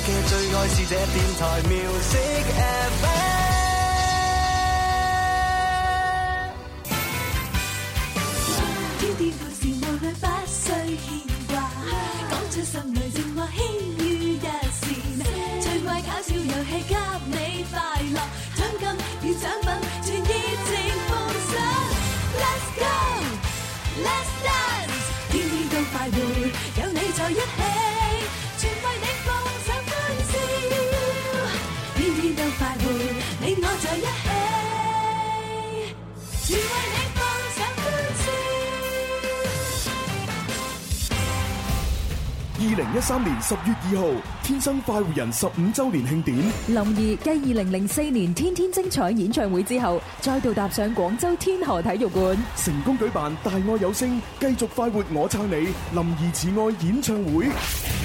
愛是這電台 music FM。天天故事無奈不需牽掛，講出心裏情話輕於一線，趣怪搞笑遊戲給你快樂，獎金與獎品全熱情奉上。Let's go，Let's dance，天天都快活，有你在一起，全為你奉上歡笑。天天都快活，你我在一起。全為你放上歡笑。二零一三年十月二號，天生快活人十五周年慶典，林兒繼二零零四年天天精彩演唱會之後，再度踏上廣州天河體育館。成功舉辦《大愛有聲》，繼續快活我撐你林怡慈愛演唱會。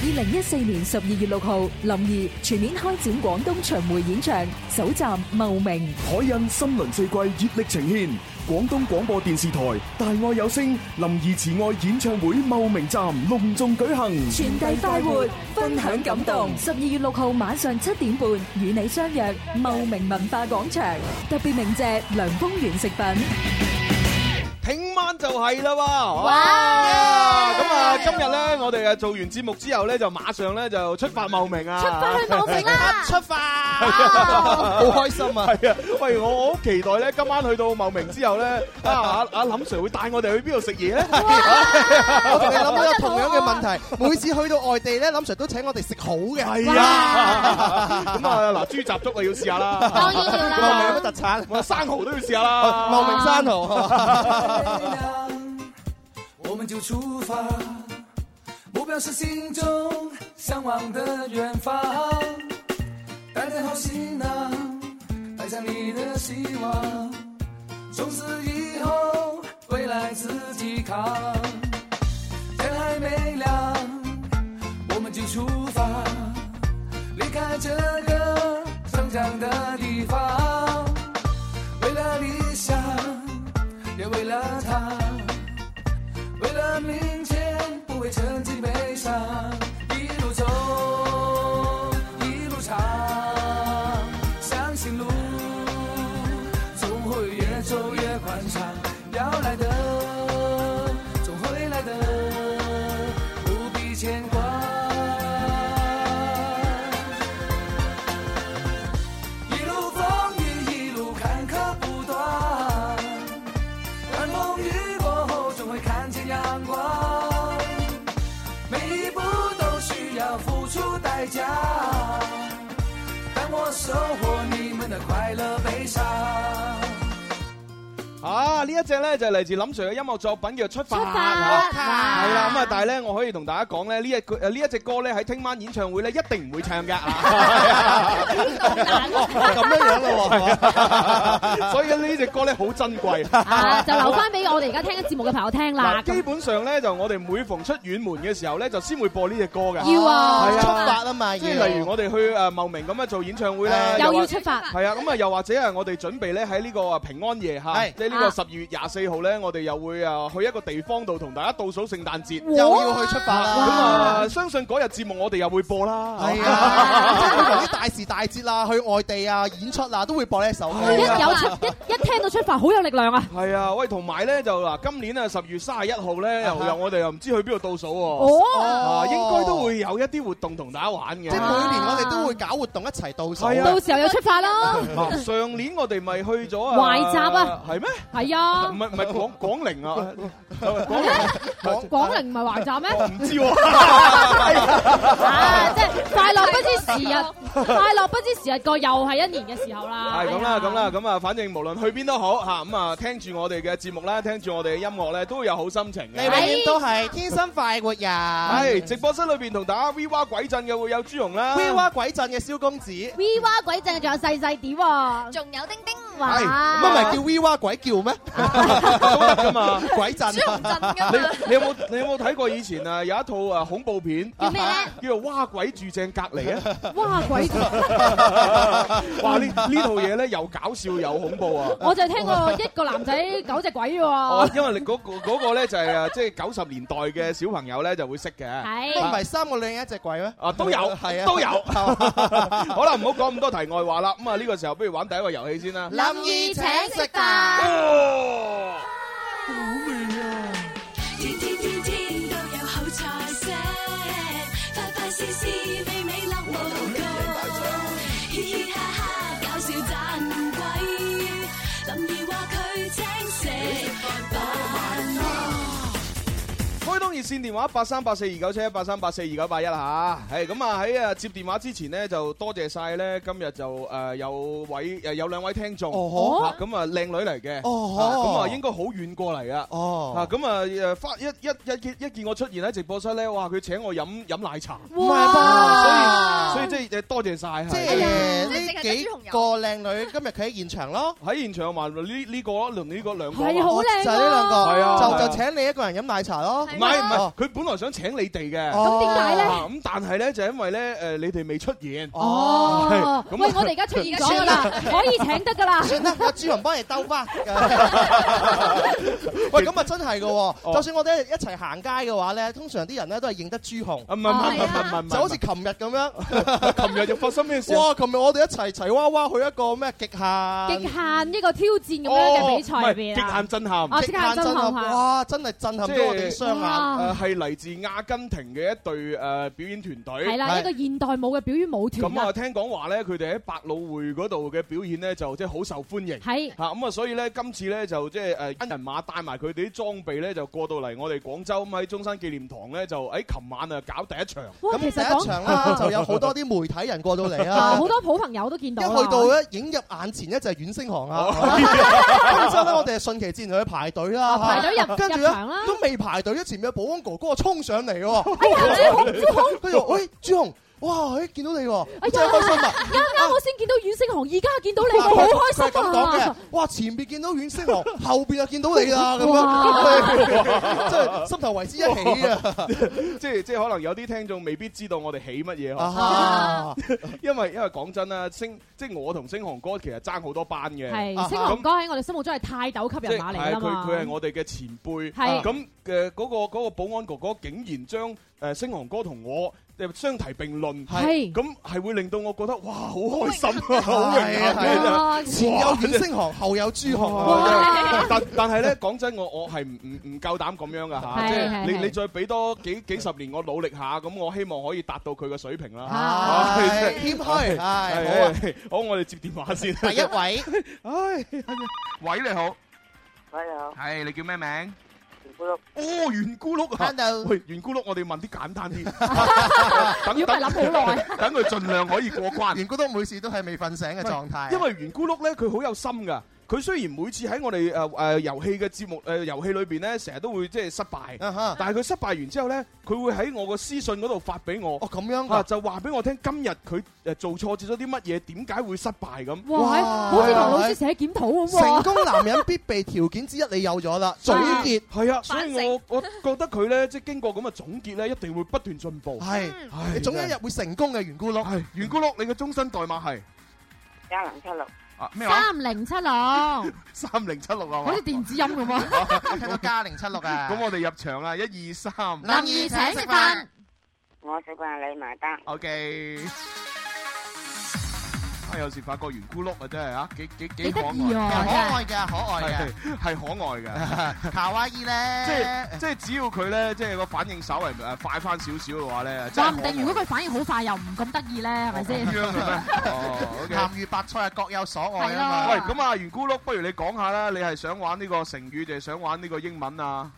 二零一四年十二月六號，林兒全面開展廣東巡迴演唱，首站茂名。海印新輪四季熱力呈現，廣東廣播電視台《大愛有聲》林怡慈愛演唱會茂名站隆重舉行。傳遞快活，分享感動。十二月六號晚上七點半，與你相約茂名文化廣場。特別鳴謝涼風園食品。聽晚就係啦喎！哇！咁啊，今日咧，我哋啊做完節目之後咧，就馬上咧就出發茂名啊！出發去茂 名啦！出發！ 好開心啊！ 係啊！喂，我我好期待咧，今晚去到茂名之後咧，啊阿阿林 Sir 會帶我哋去邊度食嘢咧？ 我我同你諗到有同樣嘅問題，每次去到外地咧，林 Sir 都請我哋食好嘅。係啊！ 咁啊，嗱，豬雜粥啊要試下啦，當然要啦茂名有乜特 產？我生蠔都要試下啦，茂名生蠔。我们就出发，目标是心中向往的远方。带着好行囊，带上你的希望，从此以后未来自己扛。天还没亮，我们就出发，离开这个成长的地方。为了理想，也为了他。为了明天，不会沉浸悲伤，一路走，一路唱，相信路总会越走越宽敞，要来的总会来的，不必牵挂。一路风雨，一路坎坷不断。当风雨过后，总会看见阳光。每一步都需要付出代价。当我收获你们的快乐、悲伤。 啊！呢一隻咧就係嚟自林 Sir 嘅音樂作品叫《出發》，係啦咁啊！但係咧，我可以同大家講咧，呢一句呃誒呢一隻歌咧喺聽晚演唱會咧一定唔 會 唱㗎。哦咁樣樣咯，啊所以呢只歌咧好珍貴，啊就留翻俾我哋而家聽緊節目嘅朋友聽啦。嗱，基本上咧就我哋每逢出遠門嘅時候咧，就先會播呢只歌㗎。要啊係出發啊嘛即要係例如我哋去誒茂名咁啊做演唱會咧，又要或出發係啊，咁啊又或者係我哋準備咧喺呢個啊平安夜嚇，即係啊呢個十二月廿四號咧，我哋又會啊去一個地方度同大家倒數聖誕節，又要去出發啦咁啊，相信嗰日節目我哋又會播啦。係啊，即係啲大時大節啦，去外地啊演出啊，都會播呢一首歌。一有出一一聽到出發，好有力量啊！係啊，喂，同埋咧就嗱，今年啊十月三十一號咧，又又我哋又唔知去邊度倒數喎。哦啊應該都會有一啲活動同大家玩嘅。即係每年我哋都會搞活動一齊倒數。係啊到時 候又出發啦啊上年我哋咪去咗啊懷集啊係咩？係啊 唔係唔係廣廣寧啊， 廣廣廣寧唔係華 站咩？唔知喎。 啊，即係快樂不知時日，快樂不知時日過，又係一年嘅時候啦。係咁啦，咁啦，咁啊，反正無論去邊都好嚇，咁啊，聽住我哋嘅節目啦，聽住我哋嘅音樂咧，都會有好心情嘅。你永遠都係天生快活人。係直播室裏邊同大家 V 哇鬼陣嘅會有朱容啦 V 哇鬼陣嘅蕭公子。 V 哇鬼陣仲有細細啲喎，仲有丁丁係咁啊，咪叫 V 哇鬼叫 咩？啊都得噶嘛。鬼震你你有冇你有冇睇過以前啊有一套啊恐怖片叫咩咧？叫做《蛙鬼住正隔離》啊！ 哇鬼！ 哇呢呢套嘢咧又搞笑又恐怖啊！我就聽過一個男仔九隻鬼喎 哦，，因為你嗰個嗰個咧就係啊，即係九十年代嘅小朋友咧就會識嘅。都唔係係三個靚一隻鬼咩？啊，都有， 係啊都有。 好啦，唔好講咁多題外話啦。咁啊，呢個時候不如玩第一個遊戲先啦。林怡請食啊飯，哦，天天天天都有好菜色，快快事事美美樂無窮，嘻嘻哈哈搞笑盞鬼，林兒話佢請食飯咯。開通熱線電話八三八四二九七一八三八四二九八一嚇。係咁啊，喺啊接電話之前呢，就多謝晒咧，今日就誒有位誒有兩位聽眾，哦啊咁啊靚女嚟嘅，哦啊咁啊應該好遠過嚟噶。啊，哦，咁啊，誒，發一一一見一見我出現喺直播室咧，哇！佢請我飲飲奶茶，唔係吧？所以即係多謝晒，即係即係係淨呢係得豬紅幾油個靚女今日佢喺現場咯，喺現場話呢呢個咯，同呢個兩個係咯，好靚啊就係呢兩個，係啊係就啊就請你一個人飲奶茶咯。唔係唔係哦，佢本來想請你哋嘅，啊咁點解咧咁但係咧就因為咧誒你哋未出現，哦係，咁喂，我哋而家出現咗㗎啦，可以請得㗎啦，啊算啦，阿朱紅幫你兜 翻。 喂，咁啊真係嘅哦喎，就算我哋一齊行街嘅話咧，通常啲人咧都係認得朱紅，啊唔係唔哦係唔係唔係唔係，就好似琴日咁樣。琴日又發生咩事啊？哇！琴日我哋一齊齊娃娃去一個咩極限 極限一個挑戰咁樣嘅比賽入唔係邊極啊限，震撼。啊極限真撼下哇！真係震撼咗我哋雙眼。誒係嚟自阿根廷嘅一隊誒表演團隊，係啦，係一個現代舞嘅表演舞團咁啊啊，，聽講話咧，佢哋喺百老匯嗰度嘅表演咧，就即係好受歡迎。係嚇咁啊，所以咧今次咧就即係誒一人馬帶埋佢哋啲裝備咧，就過到嚟我哋廣州咁喺中山紀念堂咧，就喺琴晚啊搞第一場。哇，咁第其一實講 場啦，就有好多啲媒體人過到嚟啊，啊。好多好朋友都見一到啊啦去到咧，影入眼前咧就係遠星航啊！咁之後咧，我哋係順其自然去排隊啦，哦排隊入跟住入咧場啦哎都未排隊咧，前面有保安哥哥衝上嚟喎，朱紅，佢話：喂，朱紅，哇，誒見到你喎，哎呀真係開心啊！啱啱我先見到阮星航，而家見到你，我好佢係開咁心講嘅啊！，哇！前邊見到阮星航，後邊又見到你 啦，咁 樣，哇 真係心頭為之一喜啊！即係即係可能有啲聽眾未必知道我哋起乜嘢呵，啊 因為因為講真啦，星即係我同星航哥其實爭好多班嘅。啊係星航哥喺我哋心目中係泰斗級即人馬嚟㗎係啦佢嘛，佢係我哋嘅前輩，啊係咁嘅嗰個嗰個保安哥哥竟然將誒星航哥同我誒相提並論，係咁係會令到我覺得哇好開心啊，好榮幸啊！哇前有阮星航，後有朱紅啊！ 哇但但係咧，講真，我我係唔唔唔夠膽咁樣噶嚇，係即係係你係你再俾多幾幾十年我努力下，咁我希望可以達到佢嘅水平 啦。啊唉謙虛，唉，好啊！係 好，我哋接電話先。第一位。唉， 喂，你好，喂，你好，係你叫咩名？田姑碌，哦，圓咕碌啊！ Hello 喂，圓咕碌，我哋問啲 簡單啲，如等果唔係等諗好耐， 等佢盡量可 以過關。袁姑都每次都係未瞓醒嘅狀態，因為圓咕碌咧，佢好有心噶。佢雖然每次喺我哋誒誒遊戲嘅節目誒遊戲裏邊咧，成日都會即係失敗，啊哈，但係佢失敗完之後咧，佢會喺我個私信嗰度發俾我，哦咁樣啊㗎，就話俾我聽今日佢誒做錯咗啲乜嘢，點解會失敗咁。哇，好似同老師寫檢討咁成喎，功男人必備條件之一，你有咗啦，總結 係啊，所反省以我我覺得佢咧，即係經過咁嘅總結咧，一定會不斷進步。係，唉你總有一日會成功嘅袁姑碌，係圓咕碌，你嘅終身代碼係一零七六，啊咩話？三零七六，好三零七六啊嘛似。電子音咁啊！我聽到加零七六啊 咁我哋入場啦，一二三林怡請食飯，我食飯你埋單， ，OK。啊，有時發覺圓咕碌啊，真係啊，幾幾幾幾可得愛，意喎，嘅，可係係可愛嘅。嘅，卡哇伊即咧係即係只要佢咧，即係個反應稍微誒快翻少少嘅話咧，真話係唔可愛定如果佢反應好快又唔咁得意咧，係 咪先？咁樣嘅咩？哦，OK。魚白菜係各有所愛啊嘛喂，咁啊，圓咕碌，不如你講下啦，你係想玩呢個成語定係想玩呢個英文啊？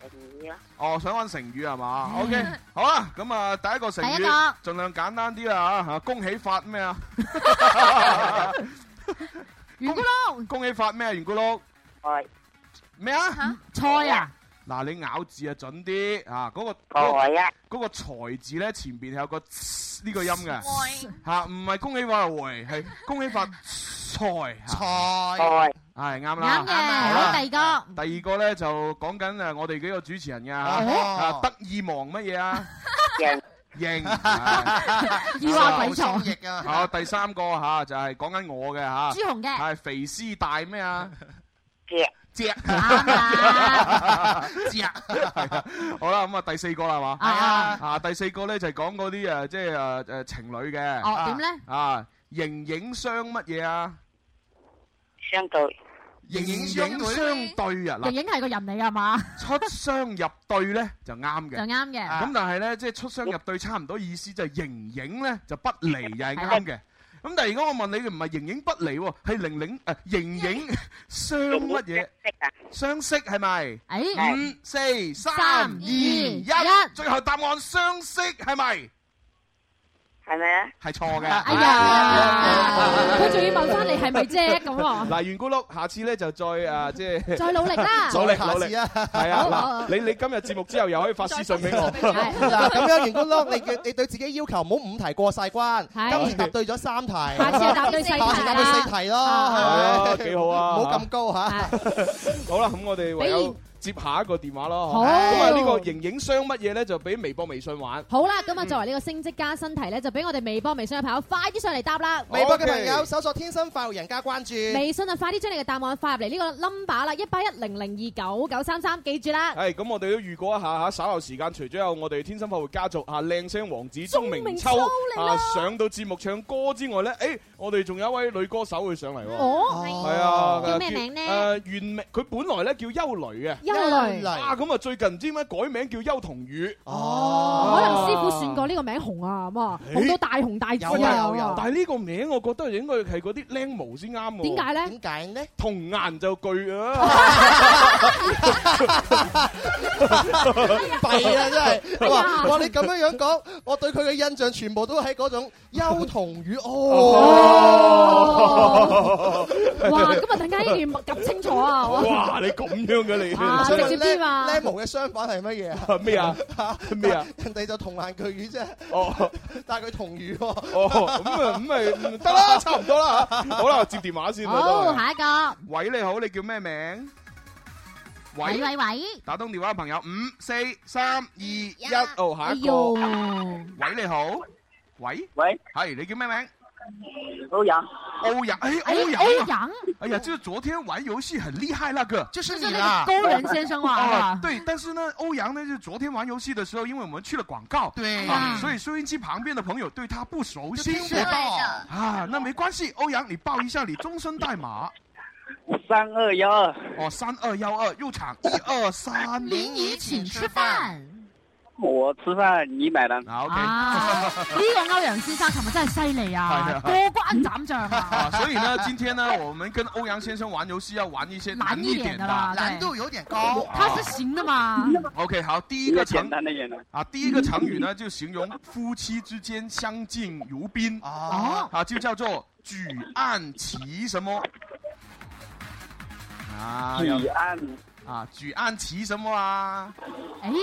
定二啦，哦，想玩成語係嘛？OK，好啦，咁啊，第一個成第一語，個盡量簡單啲啦嚇。恭喜發 咩啊？圓咕碌恭喜發咩啊？圓咕碌愛咩啊？菜啊，嗱，你咬字啊準啲啊，嗰、個嗰個我呀，嗰個才字咧前邊係有個呲呢個音嘅嚇，唔係恭喜發財，係恭喜發財嚇，菜愛係啱啦。啱嘅，好第二個，第二個咧就講緊誒我哋幾個主持人嘅嚇，啊哦得意忘乜嘢 啊？人型。係二話鬼藏，心翼 啊！好，第三個嚇就係講緊我嘅嚇朱，紅嘅，係肥絲大咩啊？嘅隻。啱啦，知啊， 好啦，咁啊第四個啦係嘛？啊啊，啊，第四個咧就係講嗰啲啊誒，即係誒誒情侶嘅哦點咧？啊，形影相乜嘢啊？相對形影相對啊，盈嗱，盈係個人嚟㗎嘛，出雙入對咧就啱就嘅。啱嘅，咁但係咧，即係出雙入對差唔多意思，就係形影咧就不離又係啱嘅。咁但係如果我問你，唔係形影不離喎，係零零誒形影相乜嘢識啊，相識係咪？誒，五四三二一一，最後答案相識係咪？係咪啊？係錯嘅。哎呀，佢仲要問翻你係咪啫咁啊？嗱，圓咕碌，下次咧就再誒，即係再努力 啦，努力下努次力啊！係好好啊！嗱，你你今日節目之後又可以發私信俾我。係嗱，咁樣袁工樂，你嘅你對自己要求唔好五題過晒關，係今次答對咗三題，下 次就答對細啊下次題答對四啦。題咯，係係啊，咪幾好啊！唔好咁高嚇。 好啦，咁我哋唯有接下一個電話咯。好咁啊，呢個形影相乜嘢咧，就俾微博、微信玩。好啦，咁啊，作為呢個升職加薪題咧，就俾我哋微博、微信嘅朋友快啲上嚟答啦。微博嘅 OK 朋友搜索天生快活人加關注，微信啊，快啲將你嘅答案發入嚟呢個 number 啦，一八一零零二九九三三，記住啦。係咁，我哋都預告一下嚇，稍後時間除咗有我哋天生快活家族嚇靚聲王子鐘明秋鐘明秋嚟啦啊上到節目唱歌之外咧，誒，我哋仲有一位女歌手會上嚟喎。哦，係啊，叫咩名呢誒，原名佢本來咧叫邱雷嘅。邱雷，啊，咁啊最近唔知點解改名叫邱童宇，啊哦可能師傅算過呢個名紅啊，咁啊，紅到大紅大紫有啊有啊有。但係呢個名我覺得應該係嗰啲靚模先啱喎。點解咧？點解呢？童顏就巨啊！ 弊啦，真係！呀哇哇，你咁樣樣講，我對佢嘅印象全部都係嗰種幽童語哦。 哇！咁啊，等間呢段咁清楚啊！哇哇，你咁樣嘅 À, 你啊所以直接啲嘛 l e m o 嘅相反係乜嘢啊？咩啊？咩啊？人哋就童顏巨乳啫，哦但係佢童語喎。哦，咁啊，咁咪唔得啦，差唔多啦嚇好啦，接電話先啦。都好，係下一個，喂，你好，你叫咩名？喂喂，喂喂，打通電話嘅朋友，五四三二一，哦，下哎一個。呦，喂，你好，喂，喂，係你叫咩名？老友，歐陽，哎，哎歐陽歐啊。陽，哎呀，就是昨天玩游戏很厉害那个。就是就是那個高人先生啊，話，对，但是呢，欧阳呢，就是昨天玩游戏的时候，因为我们去了广告，對啊嗯，所以收音机旁边的朋友对他不熟悉聽不到。啊，那没关系，欧阳，你报一下你终身代码，三二幺二哦，三二幺二入场，一二三，林姨請吃飯。我吃飯，你買單。啊，OK，啊！呢個歐陽先生琴日真係犀利係啊啊，過關斬將啊！啊，所以呢，今天呢，我們跟歐陽先生玩游戏要玩一些難难一一點点的啊的。啦，難對度有點高。他是行的嘛？ OK，好，第一一個个成簡單的演啦，啊，第一个成语呢，就形容夫妻之间相敬如宾哦，哦，啊，就叫做举案齐什么？啊，有舉案啊，举案齐什么啊？哎誒，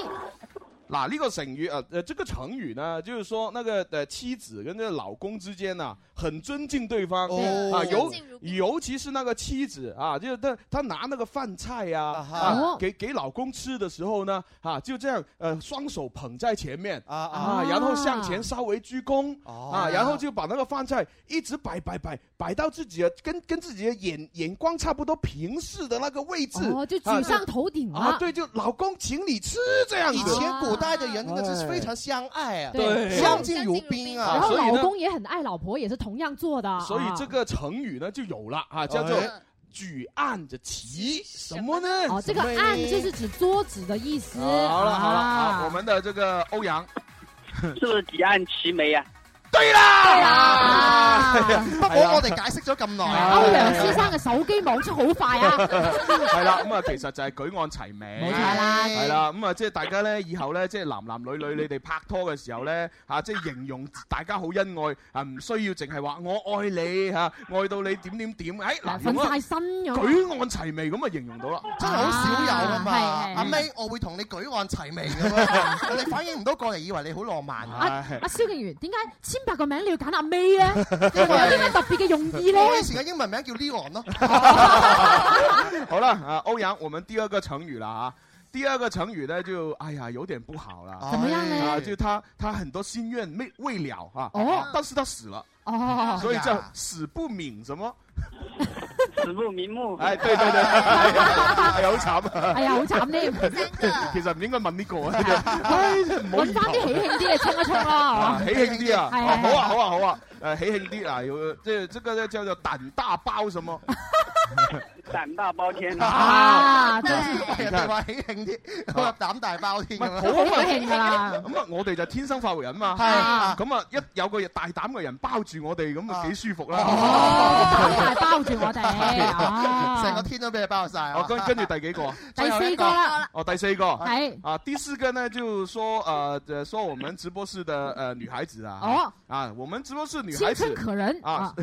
嗱，呢个成语啊，呃，这个成语呢，就是说那个呃妻子跟这老公之间呢、啊很尊敬对方。哦啊，尤敬如尤其是那个妻子啊，就是她她拿那个饭菜呀、啊啊哦哈给给老公吃的时候呢，啊，就这样呃，双手捧在前面啊啊啊，然后向前稍微鞠躬哦啊，然后就把那个饭菜一直摆摆摆摆到自己的跟跟自己的眼眼光差不多平视的那个位置哦，就沮丧头顶啊，啦。对，就老公请你吃这样以子。前古代的人真的是非常相爱啊，对相敬如宾啊然啊。后所以呢老公也很爱老婆，也是同樣做的。所以这啊个成语呢就有了啊，叫做举案着旗，什么呢？哦，这个什么案呢就是指桌子的意思。好了好了，啊好，我们的这个欧阳是不是舉案齊眉啊？对對啦，啊 不過我哋解釋咗咁耐，啊歐陽先生嘅手機網速好快啊！係啦，咁啊，其實就係舉案齊名，冇錯啦係啦，咁啊，即係大家咧，以後咧，即係男男女女，你哋拍拖嘅時候咧，嚇，即係形容大家好恩愛啊，唔需要淨係話我愛你嚇，愛到你點點點，誒嗱，用瞓咗晒身咁。舉案齊眉咁啊，形容到啦，真係好少有啊嘛。係係阿 May，我會同你舉案齊眉咁 樣，你反應唔到過嚟，以為你好浪漫。阿阿啊蕭敬元，點解千百個名你要啊揀阿 May 咧？有啲咩特別嘅用意咧？我以前嘅英文名叫 Leon 咯， 好了啊，欧阳，我们第二个成语了啊。第二个成语呢，就哎呀，有点不好了。哦怎么样呢啊，就他他很多心愿没未了啊，哦但是他死了，哦，所以叫死不瞑什么？ 死不瞑目。哎，對 對對，哎呀，好慘啊！哎呀，好慘添， 其實唔應該問呢個 啊，唉真係唔好揾意翻頭啲喜慶啲嘅衝一衝啦啊，，喜慶 啲啊！係哦好係啊，好啊，好啊！誒，喜慶啲啊，有這這個呢叫做膽大包什麼？胆 大包天係嘛啊，真係人哋話喜慶啲，我話膽大包天唔係咁樣。好啊 嘛好喜慶㗎啦，咁啊，我哋就天生發育人嘛。係咁啊，一有個大膽嘅人包住我哋，咁啊啊幾舒服啦。哦，大包住我哋， 成個啊，天都俾佢包晒啊。哦，跟跟住第幾個啊？第四個啦，哦，第四個。係啊，第四個呢，就說呃，呃說我們直播室的呃女孩子啊，哦，啊，我們直播室女孩青子春可人啊啊，，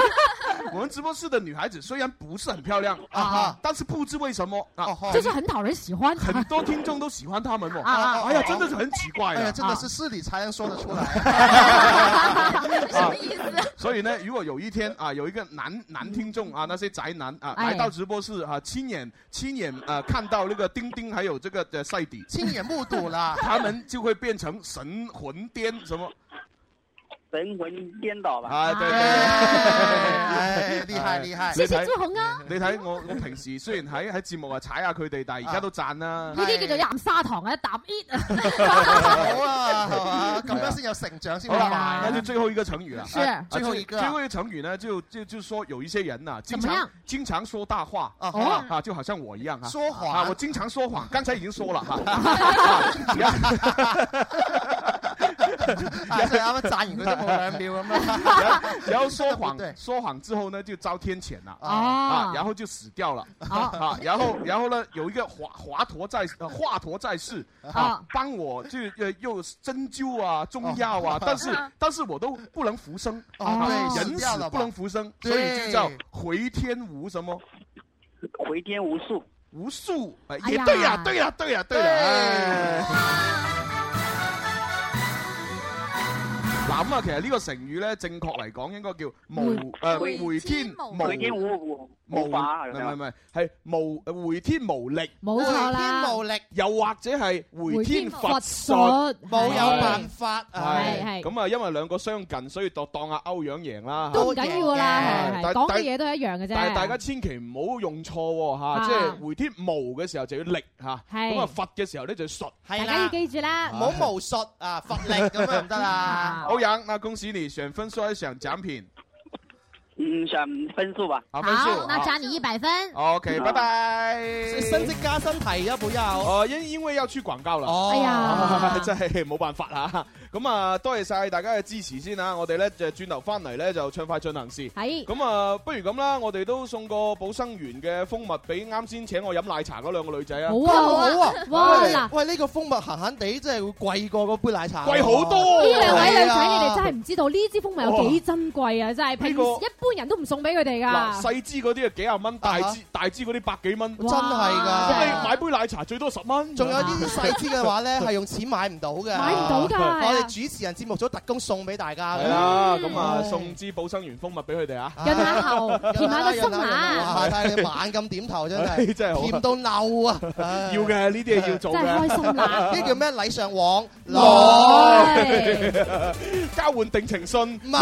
我们直播室的女孩子虽然不是很漂亮啊哈啊，但是不知为什么啊，哦就是很討人喜歡，很多听众都喜欢她们啊哦。啊哎呀，真的是很奇怪哎呀，啊！真的是是你才能说得出来。啊， 所以呢，如果有一天啊，有一个男男听众啊，那些宅男啊，哎来到直播室啊，亲眼亲眼呃看到那个丁丁还有这个的赛迪，亲眼目睹啦， 他们就会变成神魂颠什么神魂颠倒吧。啊？对对对。 哎，厉害厉害，謝謝朱紅啊，你睇我我平時雖然喺喺節目啊踩下佢哋，但係而家都讚啦。呢啲叫做飲砂糖嘅一啖 it 好啊，係嘛？咁樣先有成長，先好有係啦啊，那就最後一個成語啦。是啊最後一個啊最後一個成語呢，就就就說有一些人呐，經怎麼樣常經常說大話啊哦啊，就好像我一樣啊。說謊啊，我经常说谎，刚才已经说了哈。啊只要 啊！真係啱啱讚完佢都冇兩秒咁啦。只要说 對謊，說謊之後呢，就遭天谴了啊，然哦，後就死掉了哦好，啊，然後然後呢，有一個華華佗在呃华佗在世啊哦啊，幫我就呃又針灸啊、中藥啊，但是但是我都不能復生，啊哦，對，死人掉死了不吧？能復生，所以就對叫回天無什麼回天无术，無数，呃哎也呀對呀，對呀，對呀，對呀，哎嗱咁啊，其實呢個成語咧，正確嚟講應該叫嗯無誒回天回天無无无無无啊法，唔有係唔没有係係無誒回呃天無力。冇錯啦回天，無力，又或者係回天乏術，冇辦有辦法啊！係係咁啊，因為兩個相近，所以就當阿歐陽贏啦。都唔緊要啦，係但係講嘅嘢都係一樣嘅啫。但係大家千祈唔好用錯喎嚇，啊即係回天無嘅時候就要力嚇，係咁啊佛嘅時候咧就要術。大係家要啦，記住啦。唔好無術啊，乏力咁樣唔得 啦。歐陽，那恭喜你選分數喺上獎品，嗯，想分数吧。啊分數。那啊扎你一百分。 OK，拜拜。升職加薪提啊，本友。哦，因因為要出廣告啦。哦哎呀， 真係冇辦法啦，咁啊 多謝晒大家嘅支持先啊！我哋咧就轉頭翻嚟咧就唱快進行時。係咁啊，不如咁啦，我哋都送個保生園嘅蜂蜜俾啱先請我飲奶茶嗰兩個女仔啊，好啊，好啊好啊！哇喂嗱喂，呢個蜂蜜閒閒地真係會貴過嗰杯奶茶喎，貴好多。呢兩位女係仔，啊你哋真係唔知道呢支蜂蜜有幾珍貴啊！真係平呢時個一般人都唔送俾佢哋嗱，㗎。細支嗰啲啊幾廿蚊，大支大支嗰啲百幾蚊，真咁係哇你真㗎係。買杯奶茶最多十蚊。仲有呢啲細支嘅 話 咧，係用錢買唔到嘅，買唔到㗎我哋主持人節目組特工送俾大家係嘅。啦，咁啊唉送支保生園蜂蜜俾佢哋啊， 潤下 喉，填下個心啊！哇！但係你猛咁點頭真 唉係，真係好啊甜到漏啊！唉 要嘅呢啲係要做真係嘅，開心 啦！呢叫咩？禮尚往來， 交換定情信。買，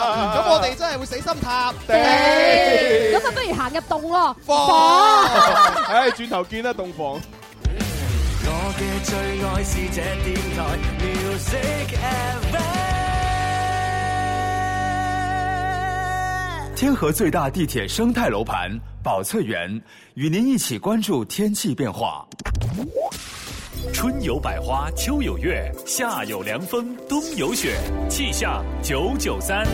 咁我哋真係會死心塌咁啊，不如行入洞咯。 火。唉，轉頭見啦，洞房。我嘅最愛是這電台 Music Ever。天河最大地铁生态楼盘宝翠园，与您一起关注天气变化。春有百花，秋有月，夏有凉风，冬有雪。气象九九三，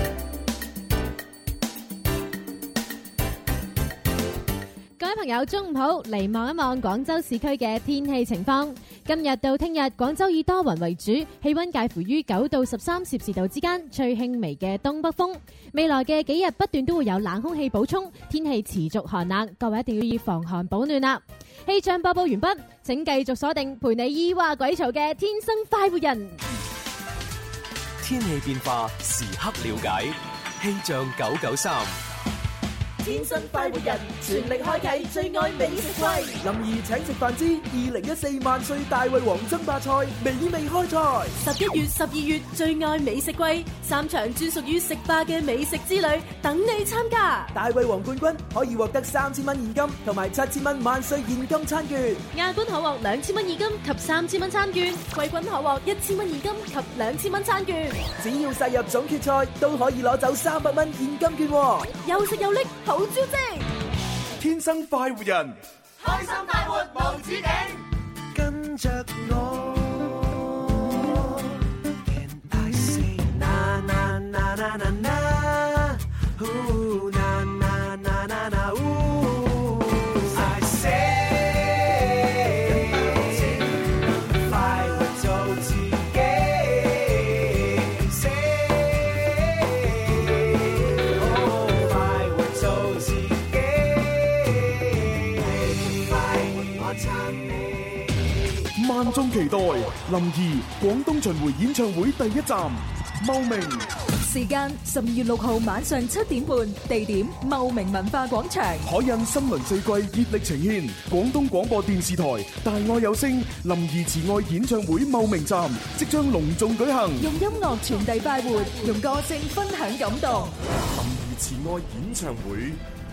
各位朋友，中午好！嚟望一望廣州市區嘅天氣情況。今日到聽日，廣州以多雲為主，氣温介乎於九到十三攝氏度之間，吹輕微嘅東北風。未來嘅幾日不斷都會有冷空氣補充，天氣持續寒冷，各位一定要以防寒保暖啦。氣象播報完畢，請繼續鎖定陪你二話鬼嘈嘅《天生快活人》。天氣變化時刻了解，氣象九九三。天生快活人，全力開啟最愛美食季。林兒請食飯之二零一四萬歲大胃王爭霸賽美味開賽，十一月、十二月最愛美食季，三場專屬於食霸嘅美食之旅等你參加。大胃王冠軍可以獲得三千蚊現金同埋七千蚊萬歲現金餐券，亞軍可獲兩千蚊現金及三千蚊餐券，季軍可獲一千蚊現金及兩千蚊餐券。只要殺入總決賽都可以攞走三百蚊現金券喎。又食又拎，好招積！天生快活人，開心快活無止境，跟着我。Can I say na na na na na na? Ooh, na na na na na ooh. I say,快活做自己。Say, oh, 快活做自己。快活我撐你。萬眾期待林怡廣東巡迴演唱會第一站，茂名。時間十二月六號晚上七點半，地點茂名文化廣場。海印森林四季熱力呈現，廣東廣播電視台《大愛有聲》林怡慈愛演唱會茂名站即將隆重舉行。用音樂傳遞快活，用歌聲分享感動。林怡慈愛演唱會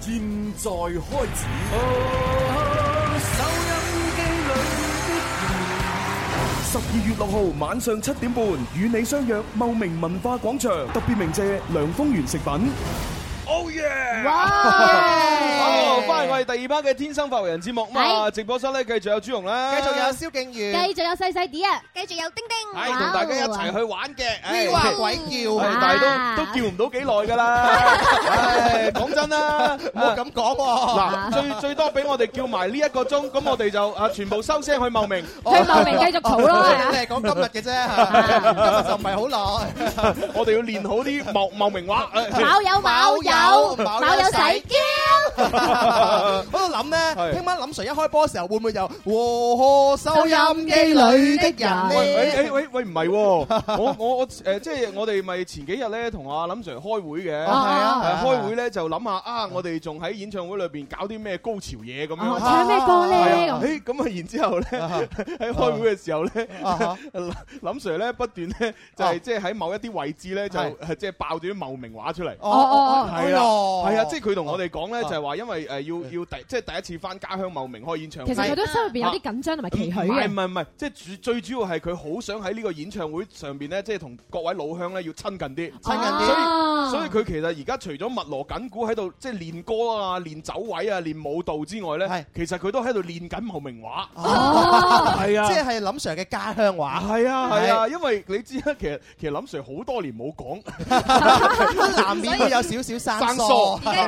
現在開始。十二月六號晚上七點半，與你相約茂名文化廣場。特別鳴謝涼風園食品。 Oh yeah！哇好，翻嚟我哋第二 part 嘅《天生發圍人》節目咁啊！直播室咧繼續有朱紅啦，繼續有蕭敬繼宇，續有細細啲啊，繼續有丁丁，係同大家一齊去玩嘅，唉哇鬼叫係啊但係都都叫唔到幾耐㗎啦。唉講真啦，唔好咁講嗱，最最多俾我哋叫埋呢一個鐘，咁我哋就啊全部收聲去茂名，去茂名繼續嘈咯係啊你係講今日嘅啫，今日就唔係好耐。我哋要練好啲茂茂名話。卯有卯有卯有洗嬌，我喺度諗咧，聽晚林 Sir 一開波嘅時候，會唔會有和收音機裏的人喂咧？喂喂喂，唔 係喎，我我我誒，即係我哋咪前幾日咧同阿林 Sir 開會嘅，係啊係啊係啊開會咧就諗下啊，我哋仲喺演唱會裏邊搞啲咩高潮嘢咁啊樣，哦唱咩歌咧係啊咁誒咁啊，然之後咧 喺開會嘅時候咧，啊 林 Sir 咧不斷咧就係即係喺某一啲位置咧就係即係爆咗啲茂名話出嚟，哦哦哦係啊，哎呀係啊，即係佢同我哋講咧哦啊就係話因為誒要要第即係第一次翻家鄉茂名開演唱會，其實佢都心入邊有啲啊緊張同埋期許唔係唔嘅。係唔係，即係主最主要係佢好想喺呢個演唱會上邊咧，即係同各位老鄉咧要親近啲，親近啲所以所以佢其實而家除咗密鑼緊鼓喺度即係練歌啊、練走位啊、練舞蹈之外咧，其實佢都喺度練緊茂名話。 係啊，哦即係林 Sir 嘅家鄉話。係啊係啊，，因為你知啦，其實其實林 Sir 好多年冇講， 難免會有少少生疏疏，，係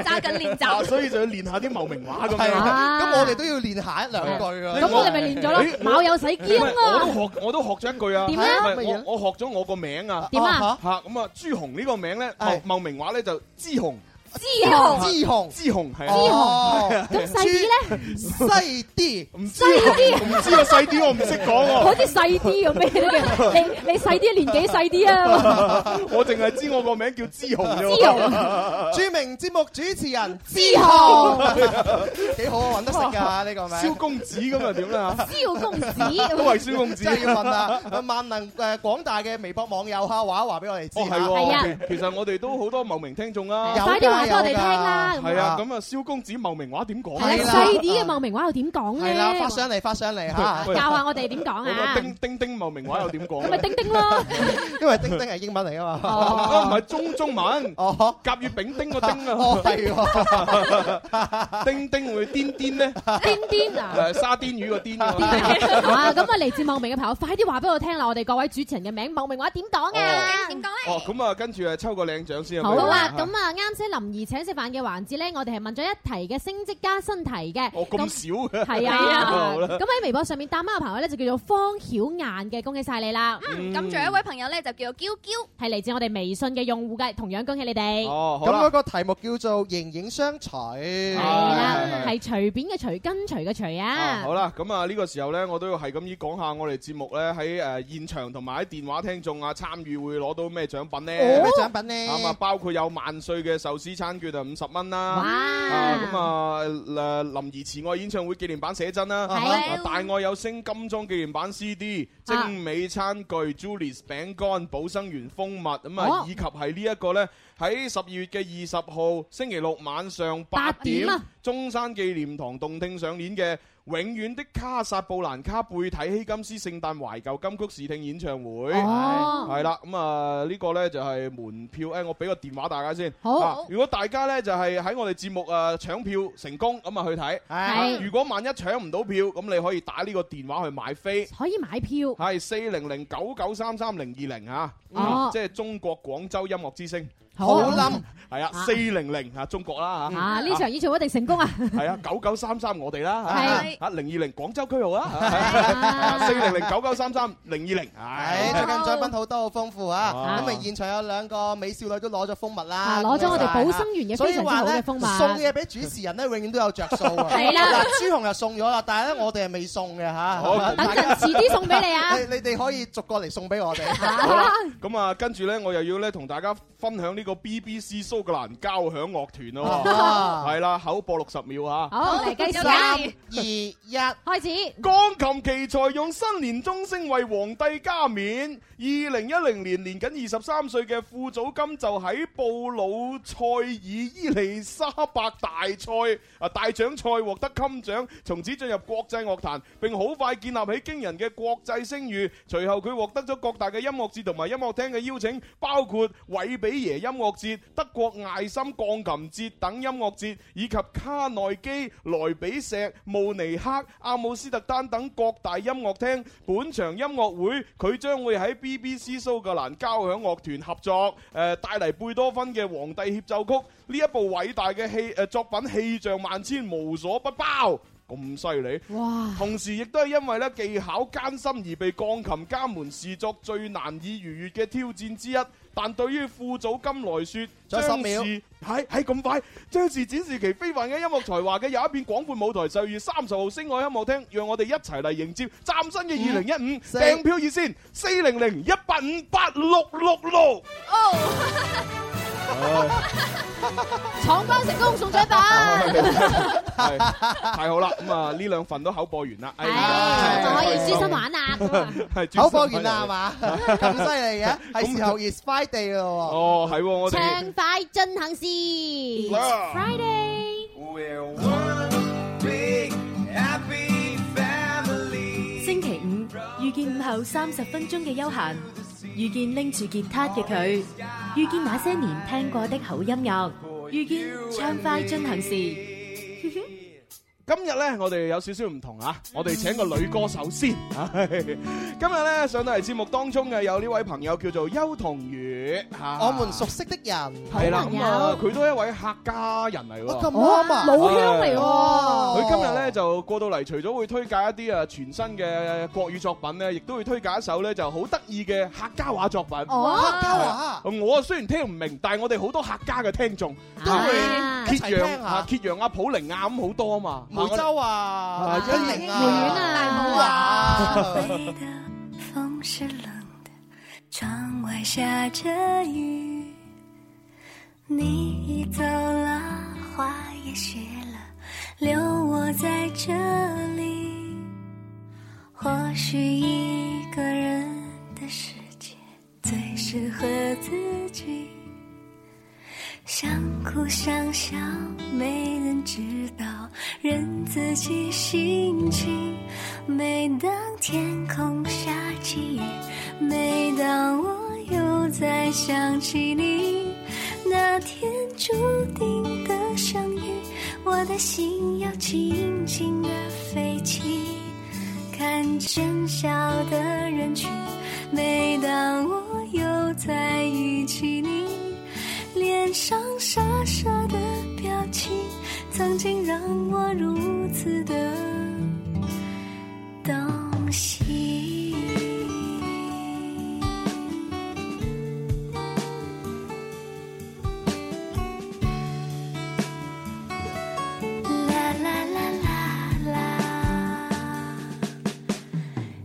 啊 所以就要練下啲茂名話咁係樣。啊咁我哋都要練下一兩句啊。咁哎我哋咪練咗咯 咦卯有洗嬌啊唔係我都學，我都學咗一句啊。點咧唔係我我學咗我個名啊。點啊嚇咁啊，朱紅呢個名咧，茂茂名話咧就知紅。知紅知紅知紅係啊。哦係啊咁細啲咧，西啲唔知細啲唔知啊，細啲我唔識講 喎。好似細啲咁咩都叫你你細啲年紀細啲啊！ 我淨係知我個名叫知紅啫喎。知啊紅啊著名節目主持人志豪幾好啊，揾得 食㗎呢個名。蕭公子咁又點咧嚇？蕭公子都係蕭公 子真係要問啊啦！ 萬能誒廣大嘅微博網友嚇話一話俾我哋知。哦，係係啊啊喎，其其實我哋都好多茂名聽眾啊，有快啲話話俾我哋聽啦。咁係啊，咁啊，蕭公子茂名話點講？啊係啦，細啲嘅茂名話又點講咧？係啦發上嚟，發上嚟嚇教下我哋點講嗰個啊！丁丁丁茂名話又點講？咁咪丁丁咯，因為丁丁係英文嚟啊啊唔嘛。係中中文，甲乙丙丁個丁哦係 啊，丁丁會癲癲咧，癲癲啊！誒沙甸魚個癲啊 Ờ, 啊，咁啊嚟自茂名嘅朋友，快啲話俾我聽啦！我哋各位主持人嘅名，茂名話點講啊？點講咧？哦，咁啊，跟住誒抽個靚獎先啊好不如啊，咁啊，啱先林怡請食飯嘅環節咧，我哋係問咗一題嘅升職加薪題嘅。哦咁少嘅， 係啊好，啦咁喺微博上面答啱嘅朋友咧就叫做方曉燕嘅，恭喜晒你啦！嗯咁仲有一位朋友咧就叫做嬌嬌，係嚟自我哋微信嘅用戶嘅，同樣恭喜你哋。哦咁嗰個題目叫做形影相隨。係啦，係隨便嘅隨，跟隨嘅隨啊啊好。啦，咁啊呢個時候呢，我都要係咁意講下我哋節目呢，喺誒現場同埋喺電話聽眾啊參與會攞到咩獎品呢？哦咩獎品呢咁啊，包括有萬歲嘅壽司餐券就五十蚊啦，哇啊咁啊誒林怡慈愛演唱會紀念版寫真啦，係啊啊大愛有聲金裝紀念版 CD、精美餐具、Julie's 餅乾、寶生園蜂蜜咁哦啊，以及係呢一個呢，喺十二月嘅二十號星期六晚上八點點啊。中山紀念堂動聽上年嘅《永遠的卡薩布蘭卡》貝體希金斯聖誕懷舊金曲視聽演唱會，哦係啦，咁啊呢個呢就係門票，誒我俾個電話大家先，好啊如果大家呢就係喺我哋節目誒搶票成功咁啊去睇，啊如果萬一搶唔到票，咁你可以打呢個電話去買飛，可以買票，係四零零九九三三零二零啊，哦即係中國廣州音樂之聲，好冧，係啊，四零零啊中國啦嚇，啊！呢場演唱會一定成功啊！係啊，九九三三我哋啦，係啊零二零廣州區號啊啦，四零零九九三三零二零，誒唉最近獎品好多，好豐富啊！啊咁啊，現場有兩個美少女都攞咗蜂蜜啦，啊攞咗我哋恭喜晒寶生園嘅非常之好嘅蜂蜜所以話呢送嘢俾主持人咧，永遠都有着數啊！係啦嗱朱紅又送咗啦，但係咧我哋係未送嘅嚇好。等陣大家遲啲送俾你啊你哋可以逐個嚟送俾我哋。好啦，咁啊，跟住咧，我又要咧同大家分享呢個 BBC 蘇格蘭交響樂團咯喎，啊係啦，口播六十秒啊，好嚟計時三啊二一，開始。鋼琴奇才用新年鐘聲為皇帝加冕。二零一零年年僅二十三歲嘅富祖金就喺布魯塞爾伊利沙伯大賽啊大獎賽獲得金獎，從此進入國際樂壇，並好快建立起驚人嘅國際聲譽。隨後佢獲得咗各大嘅音樂節同埋音樂廳嘅邀請，包括韋比耶音樂節、德國艾森鋼琴節等音樂節，以及卡內基、萊比錫、慕尼克、阿姆斯特丹等各大音樂廳。本場音樂會佢將會喺 BBC 蘇格蘭交響樂團合作，誒、帶嚟貝多芬嘅《皇帝協奏曲》呢一部偉大嘅戲誒作品，氣象萬千，無所不包。咁犀利！哇！同時亦都係因為咧技巧艱深而被鋼琴家們視作最難以逾越嘅挑戰之一。但對於富祖金來說，仲有十張秒氏係係咁快，張氏展示其非凡嘅音樂才華嘅有一片廣闊舞台，就如三十號星海音樂廳，讓我哋一齊嚟迎接嶄新嘅二零一五。嗯四訂票熱線四零零一八五八六六六。闖關成功送獎品，係太好啦！咁啊，呢兩份都口播完啦，係就可以舒心玩啦。 係口播完啦係嘛？咁犀利啊嘅，係時候 is Friday 咯哦，係喎我哋。暢快進行時 Friday，星期五遇見午後三十分鐘嘅休閒，遇見拎住吉他嘅佢，遇見那些年聽過的好音樂，遇見暢快進行時。今日呢，我哋有少少唔同啊！嗯我哋請個女歌手先。唉 今日呢，上到嚟節目當中嘅有呢位朋友叫做邱同宇嚇，我們熟悉的人係啦，咁啊，佢都係一位客家人嚟喎。咁啱啊老鄉嚟喎係佢今日咧就過到嚟，除咗會推介一啲啊全新嘅國語作品咧，亦都會推介一首咧就好得意嘅客家話作品。哦客家話係啊我啊雖然聽唔明，但係我哋好多客家嘅聽眾都會啊一齊揭聽陽下啊，揭陽啊，普寧啊咁好多啊嘛。梅州啊，啊一零啊，梅苑啊北的风是冷的，窗外下着雨。你已走了，花也谢了，留我在这里。或许一个人的世界最适合自己，想哭不想笑，没人知道，任自己心情。每当天空下起雨，每当我又再想起你，那天注定的相遇，我的心要轻轻地飞起。看喧嚣的人群，每当我又再遇起你，脸上傻傻的表情，曾经让我如此的动心。啦啦啦啦啦。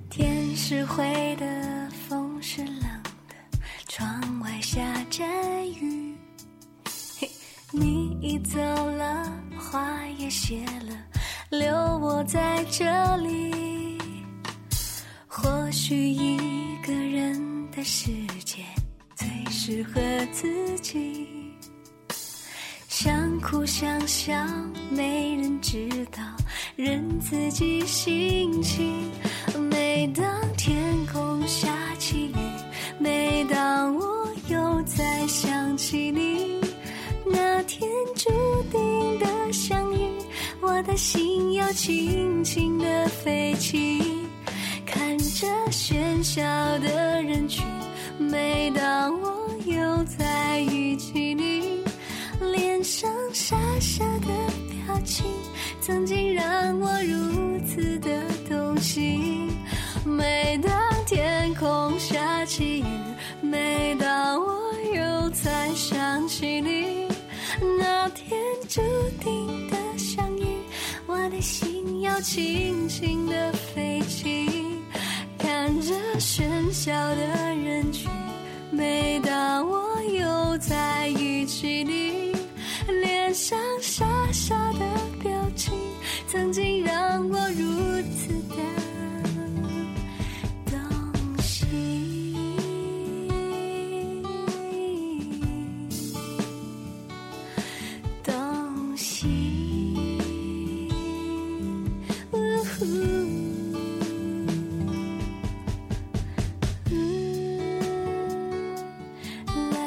天是灰的，风是冷的，窗外下着雨。嘿，你已走了，花也谢了，留我在这里。或许一个人的世界最适合自己。想哭想笑，没人知道，任自己心情。每当天空下起雨，每当我又再想起你，那天注定的相遇，我的心要轻轻地飞起。看着喧嚣的人群，每当我又再遇起你，脸上傻傻的表情，曾经让我如此的动心。每当天空下起雨，每当我又再想起你，那天注定的相遇。我的心要轻轻地飞起，看着喧嚣的人群。每当我又再遇起你，脸上傻傻的表情，曾经让我如此的动心。动心。呜呼啦嗯啦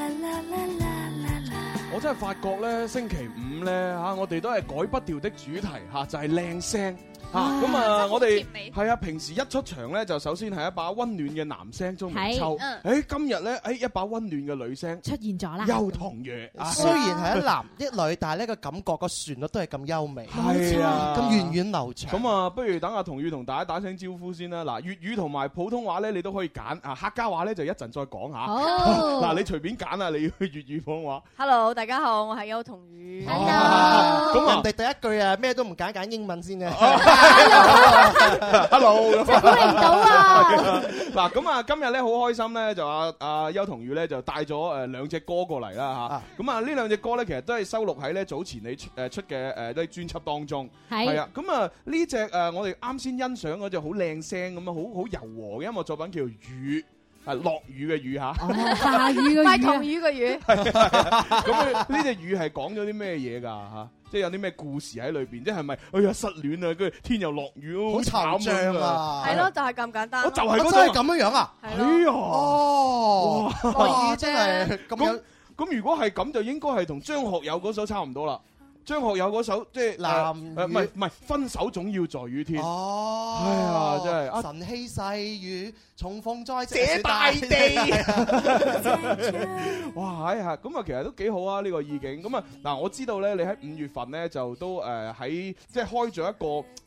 啦啦啦啦。 我真係發覺咧，星期五咧嚇，啊我哋都係改不掉的主題嚇、啊就係、靚聲。嚇哇咁真係啊！好我哋貼你係啊，平時一出場咧，就首先係一把温暖嘅男聲鍾明係秋。嗯誒，今日咧，誒一把温暖嘅女聲出現咗啦邱唐若。啊雖然係一男一女，但係呢個感覺個旋律都係咁優美，係啊，咁源遠流長。咁啊，不如等阿童宇同大家打聲招呼先啦。嗱，粵語同埋普通話咧，你都可以揀啊。客家話咧就一陣再講下。好嗱，你隨便揀啊，你要粵語普通話。 Hello，大家好，我係邱同宇。咁啊人哋第一句啊，咩都唔揀，揀英文先啊。 Hello，咁真係估唔到啊！ 嗱，咁啊，今日咧好開心咧，就阿阿邱同宇咧就帶咗誒兩隻歌過嚟啦嚇。咁啊，呢兩隻歌咧其實都係收錄喺咧早前你出誒出嘅呃誒啲專輯當中。係啊，咁啊呢只誒我哋啱先欣賞嗰隻好靚聲咁啊，好好柔和嘅音樂作品叫做《雨》，係落雨嘅雨嚇。下雨嘅雨，係同宇嘅雨。 咁啊呢隻雨係講咗啲咩嘢㗎嚇？即係有啲咩故事喺裏邊？即係咪哎呀失戀啊，跟住天又落雨，好惆慘咁悵啊係咯，就係咁簡單咯。我就係嗰我種真啊係咁樣樣啊！哎呀，哦，哇哇真係咁樣。咁如果係咁，就應該係同張學友嗰首差唔多啦。張學友嗰首即係男誒唔係唔係分手總要在雨天。哦係啊，真係啊。晨曦細雨，重逢在這大地， 哇！哎呀，咁啊，其實都幾好啊，呢個意境。咁啊，嗱，我知道咧，你喺五月份咧就都誒喺即係開咗一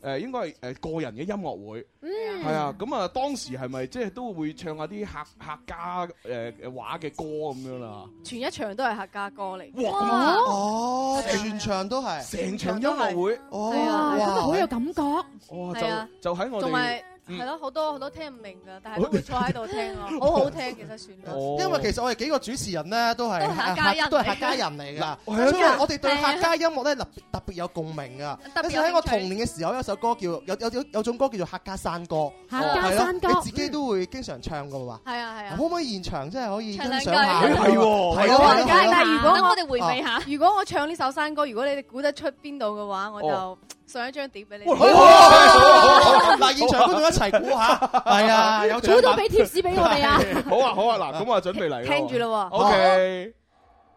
個誒，應該係誒個人嘅音樂會。嗯係啊，咁啊，當時係咪即係都會唱下啲客客家誒話嘅歌咁樣啦？全一場都係客家歌嚟。哇哦，全場都係成場音樂會，哦係啊，哇咁啊好有感覺。哇！係啊就就喺我同哋埋嗯係咯，好多好多聽唔明㗎，但係都會坐喺度聽咯，好好聽其實旋律。因為其實我哋幾個主持人咧都係哦都係客家人嚟㗎都係客家人嚟㗎， 係啊所以我哋對客家音樂咧特特別有共鳴㗎。特別有興趣你喺我童年嘅時候，有一首歌叫有有有有種歌叫做客家山歌，客家山歌係咯你自己都會經常唱㗎嘛。係啊係啊可。唔可以現場真係可以欣唱兩句賞下？哎係係啊係啊係啊但係如果等我哦我哋回味下如果我唱呢首山歌，如果你哋估得出邊度嘅話，我哦就上一張碟俾你。好啊好啊好啊好啊嗱現場觀眾一齊估下係啊有獎品估到俾貼士俾我哋啊 好啊好啊，嗱，咁啊準備嚟啦。聽住啦喎 O K，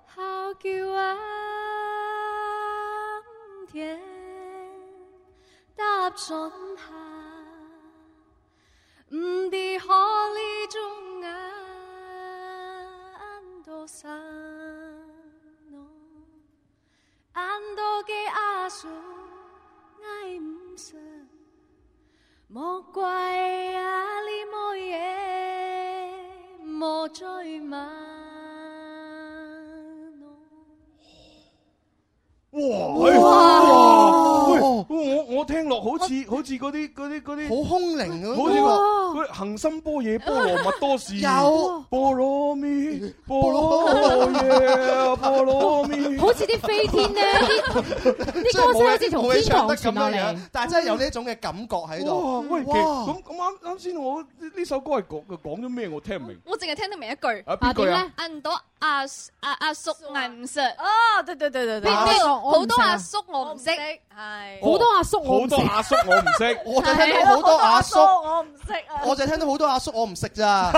号叫啊暗天，踏准下，唔地可呢中眼到山路，眼到嘅阿叔挨唔上，莫怪啊你冇嘢，莫再慢。哎哇哇！喂我我聽落好似好似嗰啲嗰啲嗰啲好空靈啊好似個嗰啲恒心波野波羅蜜多士有波羅蜜波羅耶波羅蜜，好似啲飛天咧，啲雖然啲歌聲冇人好似從天堂傳落冇你唱得咁樣嚟樣。 但係真係有 呢一種嘅感覺喺哇度。喂，其咁咁啱啱先我呢呢首歌係講講咗咩？我聽唔明。我淨係聽得明一句。啊邊句啊啊點咧摁到阿阿阿叔嗌唔識。啊，對對對對對邊阿叔邊我唔好多識啊阿叔我唔識，啊係好多阿叔我好唔識多阿叔我唔 識，我就聽到好多阿叔，啊我唔識啊！我就聽到好多阿叔，我唔識咋。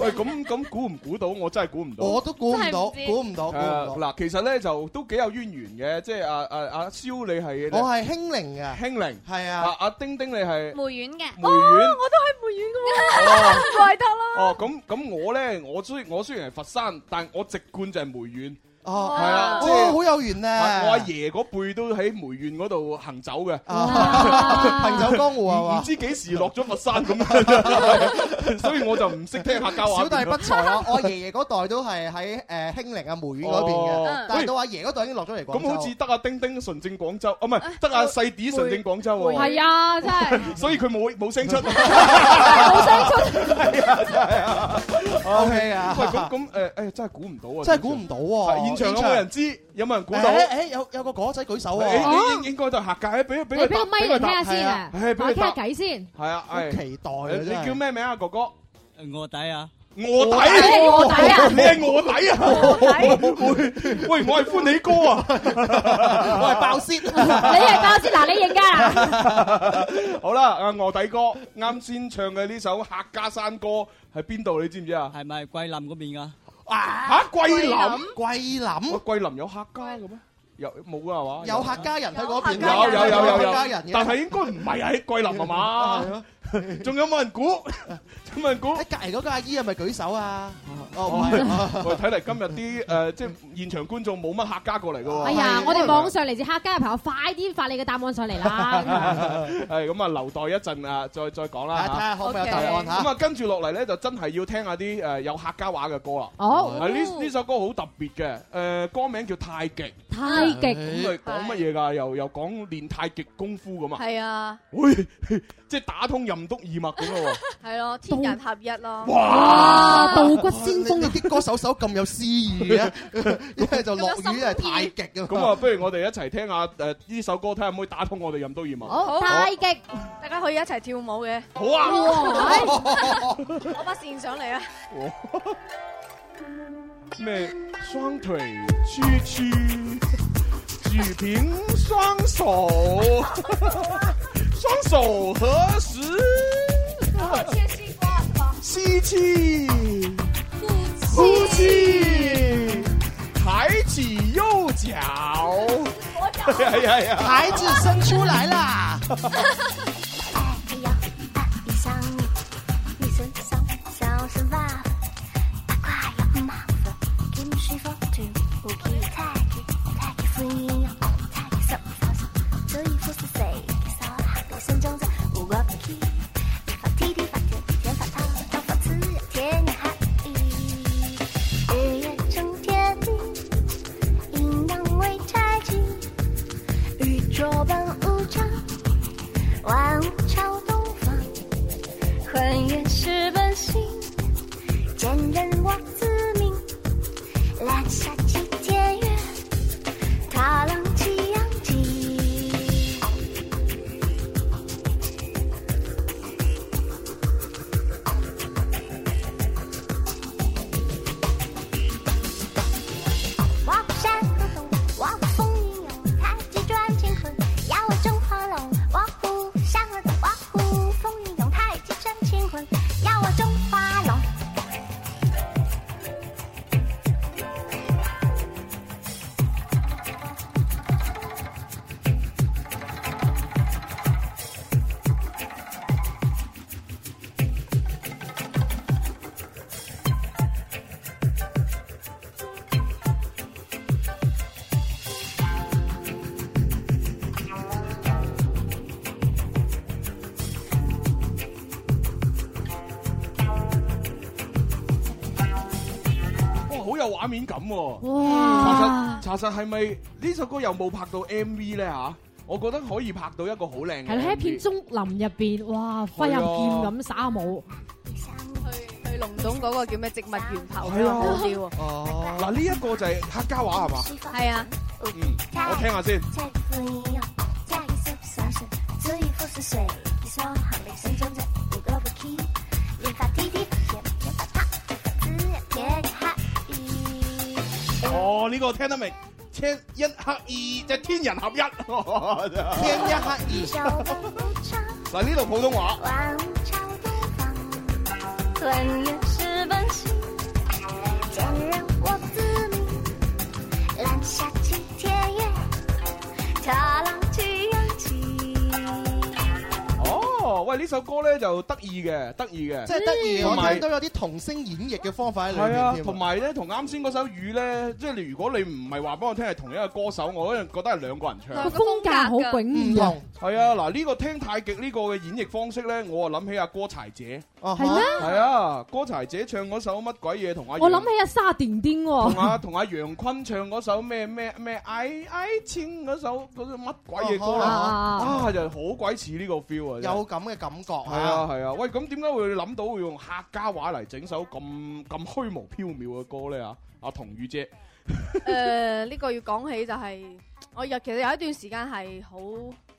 喂，咁咁估唔估到？我真係估唔到。我都估唔到真係唔知估唔到估唔到誒嗱，其實咧就都幾有淵源嘅，即係阿阿阿蕭你係我係興靈嘅，興靈係啊阿阿丁丁你係梅園嘅。梅園哦我都係梅園 嘅喎，怪得啦。哦，咁咁我咧，我雖我雖然係佛山，但我籍貫就係梅縣。哦係啊，哇即係好有緣咧我阿爺嗰輩都喺梅縣嗰度行走嘅，行行走江湖啊嘛唔知幾時落咗佛山咁樣， 所以我就 唔識聽客家話。小弟不才啊！ 我爺爺嗰代都係喺誒興寧啊梅縣嗰邊哦嘅，但喂係到阿爺嗰代已經落咗嚟廣咁州。好似得阿丁丁純正廣州，啊唔係得阿細啲純正廣州喎。係啊，真係。 所以佢冇冇聲 出，冇聲出，係啊，真係啊 OK 啊 喂，咁咁誒誒，真係估唔到啊！真係估唔到喎現場有冇人知？有冇人估到？誒誒有有個果仔舉手誒喎，應應應該就係客界，俾俾你俾佢個答咪佢嚟聽答下先啊，係啊係俾我佢傾下答。偈先。係啊，好期待啊！你真係叫咩名啊，哥哥？卧底啊！卧底，卧底啊 你係卧底啊！ 喂喂，我係歡喜哥啊！我係爆先，你係爆先嗱你認㗎 好啦，阿卧底哥啱先唱嘅呢首客家山歌係邊度？你知唔知啊？係咪桂林嗰邊噶？吓桂林，桂林，喂桂林有客家嘅咩？有冇噶係嘛？有客家人喺嗰有邊㗎，有有有有客家人嘅，但係應該唔係喺桂林係 Ờ, 嘛？仲有冇 人估？有冇人估？隔離嗰個阿姨係咪舉手啊？哦，唔係。喂，睇嚟今日啲誒，即係現場觀眾冇乜客家過嚟嘅喎。哎呀，我哋網上嚟自客家嘅朋友，快啲發你嘅答案上嚟 啦！係咁啊，留待一陣啊，再再講啦。睇下可唔可以有 OK 答案嚇咁啊，跟住落嚟咧，就真係要聽下啲誒有客家話嘅歌啦。哦啊呢呢首歌好特別嘅，誒歌名叫《太極》。太極咁佢講乜嘢㗎？又又講練太極功夫㗎嘛？係啊，喂， 即係打通任督二脈咁咯喎。係咯，天人合一咯。哇！道骨仙風啊！啲歌手手咁有詩意 嘅，一係就落雨，一係太極啊！咁啊，不如我哋一齊聽下誒呢首歌，睇下可唔可以打通我哋任督二脈。好太極，大家可以一齊跳舞嘅。好啊哇攞把扇上嚟啊！咩双腿屈曲，举平双手，双手合十，切西瓜是吧？吸气，呼呼气，抬起右脚，哎呀呀，孩子生出來啦！ 哎呀，爱上你，你身上小身吧，八卦要麻烦，给你水风酒，我给你太极，太极是阴阳，太极手法手，这一副是谁？手好的身中在，我我不踢，法踢踢法踢，天法他，刀法刺，天涯海。日月成天地，阴阳为嗯太极，宇宙本无常。万物长啊人人我自命，揽下起天月，踏浪啊起扬起。我不善不懂，我不风云有，太极赚乾坤，要我争华龙。我不善而懂，我不风云有，太极赚乾坤，要我争华龙。哇，好有畫面感喎！哇查實查實係咪呢首歌有冇拍到 MV 咧吓？我覺得可以拍到一個好靚嘅係啦，喺 MV。一片竹林入邊，哇，揮下劍咁耍舞，去龍洞嗰個叫咩植物園頭比係較啊好啲喎。哦，嗱呢一個就係客家話係嘛？係啊，嗯，我聽下先。再不一样，下一次不洒水，这一副是水，你说好没心中的五个不 key，连发滴滴，也别把它，只也别看一。E 哦，呢個聽得明。天一黑二，E 即係天人合一。天一首 E 不唱， 嗱呢度普通話。望朝东方，吞月是本性，坚韧我自命，揽下起天月，踏浪啊起扬起。哦，喂，呢首歌咧就得意嘅，得意嘅，真係得嗯意，我同埋睇都有啲童聲演繹嘅方法喺裏係面啊，添同埋咧，同啱先嗰首《雨》咧，即係你如果你唔係話俾我聽係同一個歌手，我可能覺得係兩個人個唱。風格好迥異啊！係啊，嗱呢個聽太極呢個嘅演繹方式咧，我啊諗起阿歌柴姐。係咩係啊，歌柴姐唱嗰首乜鬼嘢同阿我楊諗起阿沙甸甸同阿喎，同阿楊坤唱嗰首咩咩咩唉唉千嗰首嗰首乜鬼嘢歌啦哦哦啊，就好鬼似呢個 feel 啊！真係有咁嘅感覺係啊係啊，喂，咁點解會諗到會用客家話嚟整首咁咁虛無縹緲嘅歌咧啊？阿童宇姐，誒呢個要講起就係我有其實有一段時間係好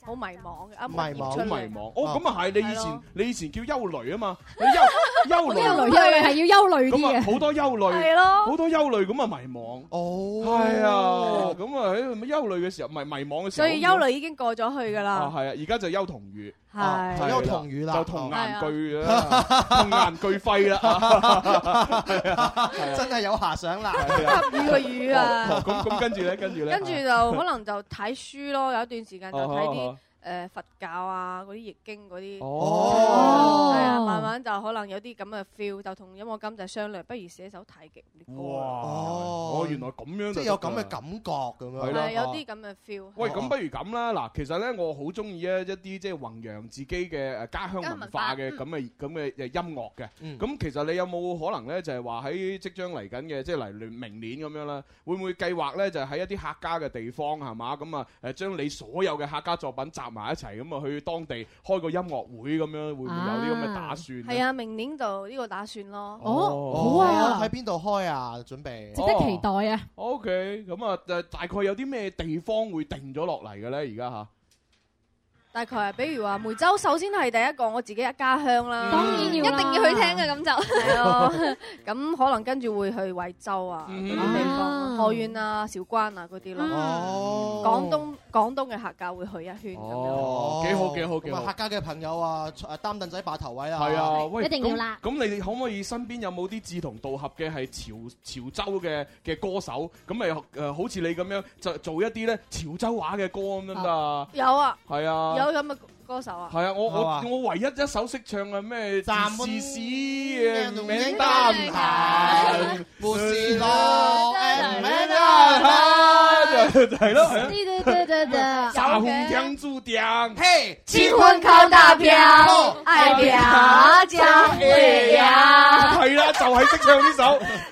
好迷茫嘅，啱啱好出迷嚟茫。哦，咁啊係，你以係前咯你以前叫憂慮啊嘛，你憂憂慮憂慮憂慮係要憂慮咁啲啊嘅，好多憂慮，係咯好多憂慮咁啊迷茫。哦，係啊，咁啊喺憂慮嘅時候，唔係迷茫嘅時所候，以憂慮已經過咗去㗎啊啦。係啊，而家就憂童語，係啊啊就憂童語啦就童顏巨啦，童顏巨肺 啦，係啊係啊真係有遐想啦。呢 個魚啊哦咁咁跟住咧，跟住啊咧，跟住就可能就睇書咯，有一段時間就睇哦啲誒佛教啊嗰啲易經嗰啲，哦係啊，慢慢就可能有啲咁嘅 feel，就同音樂監製商量，不如寫首太極啲歌哇，啦，哦，原來咁樣即係係有咁嘅感覺咁樣。係啦哦係有啲咁嘅 feel。哦啊喂，咁不如咁啦，嗱，其實咧，我好中意咧一啲即係弘揚自己嘅誒家鄉文化嗯嘅家咁鄉嘅咁嘅誒音樂嘅。咁、嗯其實你有冇可能咧，就係話喺即將嚟緊嘅，即係嚟明年咁樣啦，會唔會計劃咧就喺一啲客家嘅地方係嘛？咁啊誒，將你所有嘅客家作品集埋一齊，咁啊去當地開個音樂會咁樣，會唔會有啲咁嘅打算呢？係啊，明年就呢個打算咯。哦哦喺邊度開啊？準備值得期待啊！O K，咁啊，誒大概有啲咩地方會定咗落嚟嘅咧？而家嚇？大概係比如話梅州，首先係第一個我自己嘅家鄉啦，當然要啦一定要去聽嘅咁就係咯。 咁可能跟住會去惠州啊嗯嗰啲地方，河源啊、韶關啊嗰啲咯。哦廣東廣東嘅客家會去一圈咁哦幾好幾好幾好咁啊客家嘅朋友啊，誒擔凳仔霸頭位啊。係啊，喂，一定咁要啦咁你哋可唔可以身邊有冇啲志同道合嘅係潮潮州嘅嘅歌手？咁咪誒好似你咁樣就做一啲咧潮州話嘅歌咁得唔得啊？有啊，係啊，有咁嘅歌手啊，係啊，我係嘛我我唯一一首識唱嘅咩？咱們是是嘅名單單無事咯，誒唔咩啦，家就係咯，係咯对对对对对，大紅江注定，嘿，结婚靠打拼愛拼才會愛贏係啦，就係識唱呢首。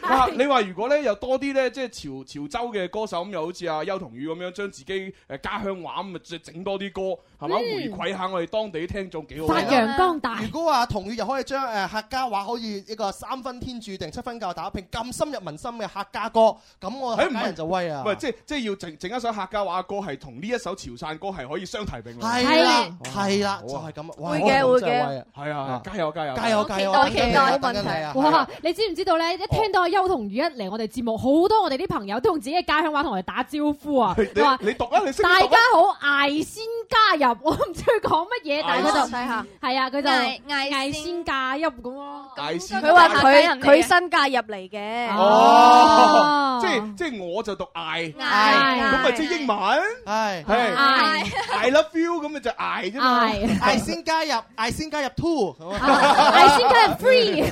哇！你話如果咧有多啲咧，即係潮潮州嘅歌手咁，又好似阿邱童宇咁樣，將自己誒家鄉話咁啊，即係整多啲歌，係嘛，嗯回饋下我哋當地啲聽眾幾好。啊光大。如果話同語又可以將誒客家話可以一個三分天注定七分教打拼咁深入民心嘅客家歌，咁我客唔家係人就威啊！喂，即係即係要整整一首客家話歌，係同呢一首潮汕歌係可以相提並論。係啦，係啦，就係咁啊！哇會我真係嘅會嘅威啊係啊，加油加油！加油加油！我等緊你啊等緊你啊係哇啊！你知唔知道咧？一聽到阿邱同宇一嚟我哋節目，好多我哋啲朋友都用自己嘅家鄉話同我哋打招呼啊！ 你話你讀啊，你識唔大識讀家啊好，艾先加入，我唔知佢講乜嘢，但係佢我就睇下係啊，佢就艾艾先加入咁咯。艾先佢話佢佢身新嫁入嚟嘅。哦，即係即係我就讀嗌，嗌咁咪即係英文，係係嗌，I love you 咁咪就嗌啫嘛， 嗌先加入，嗌先加入 two，嗌先加入 three，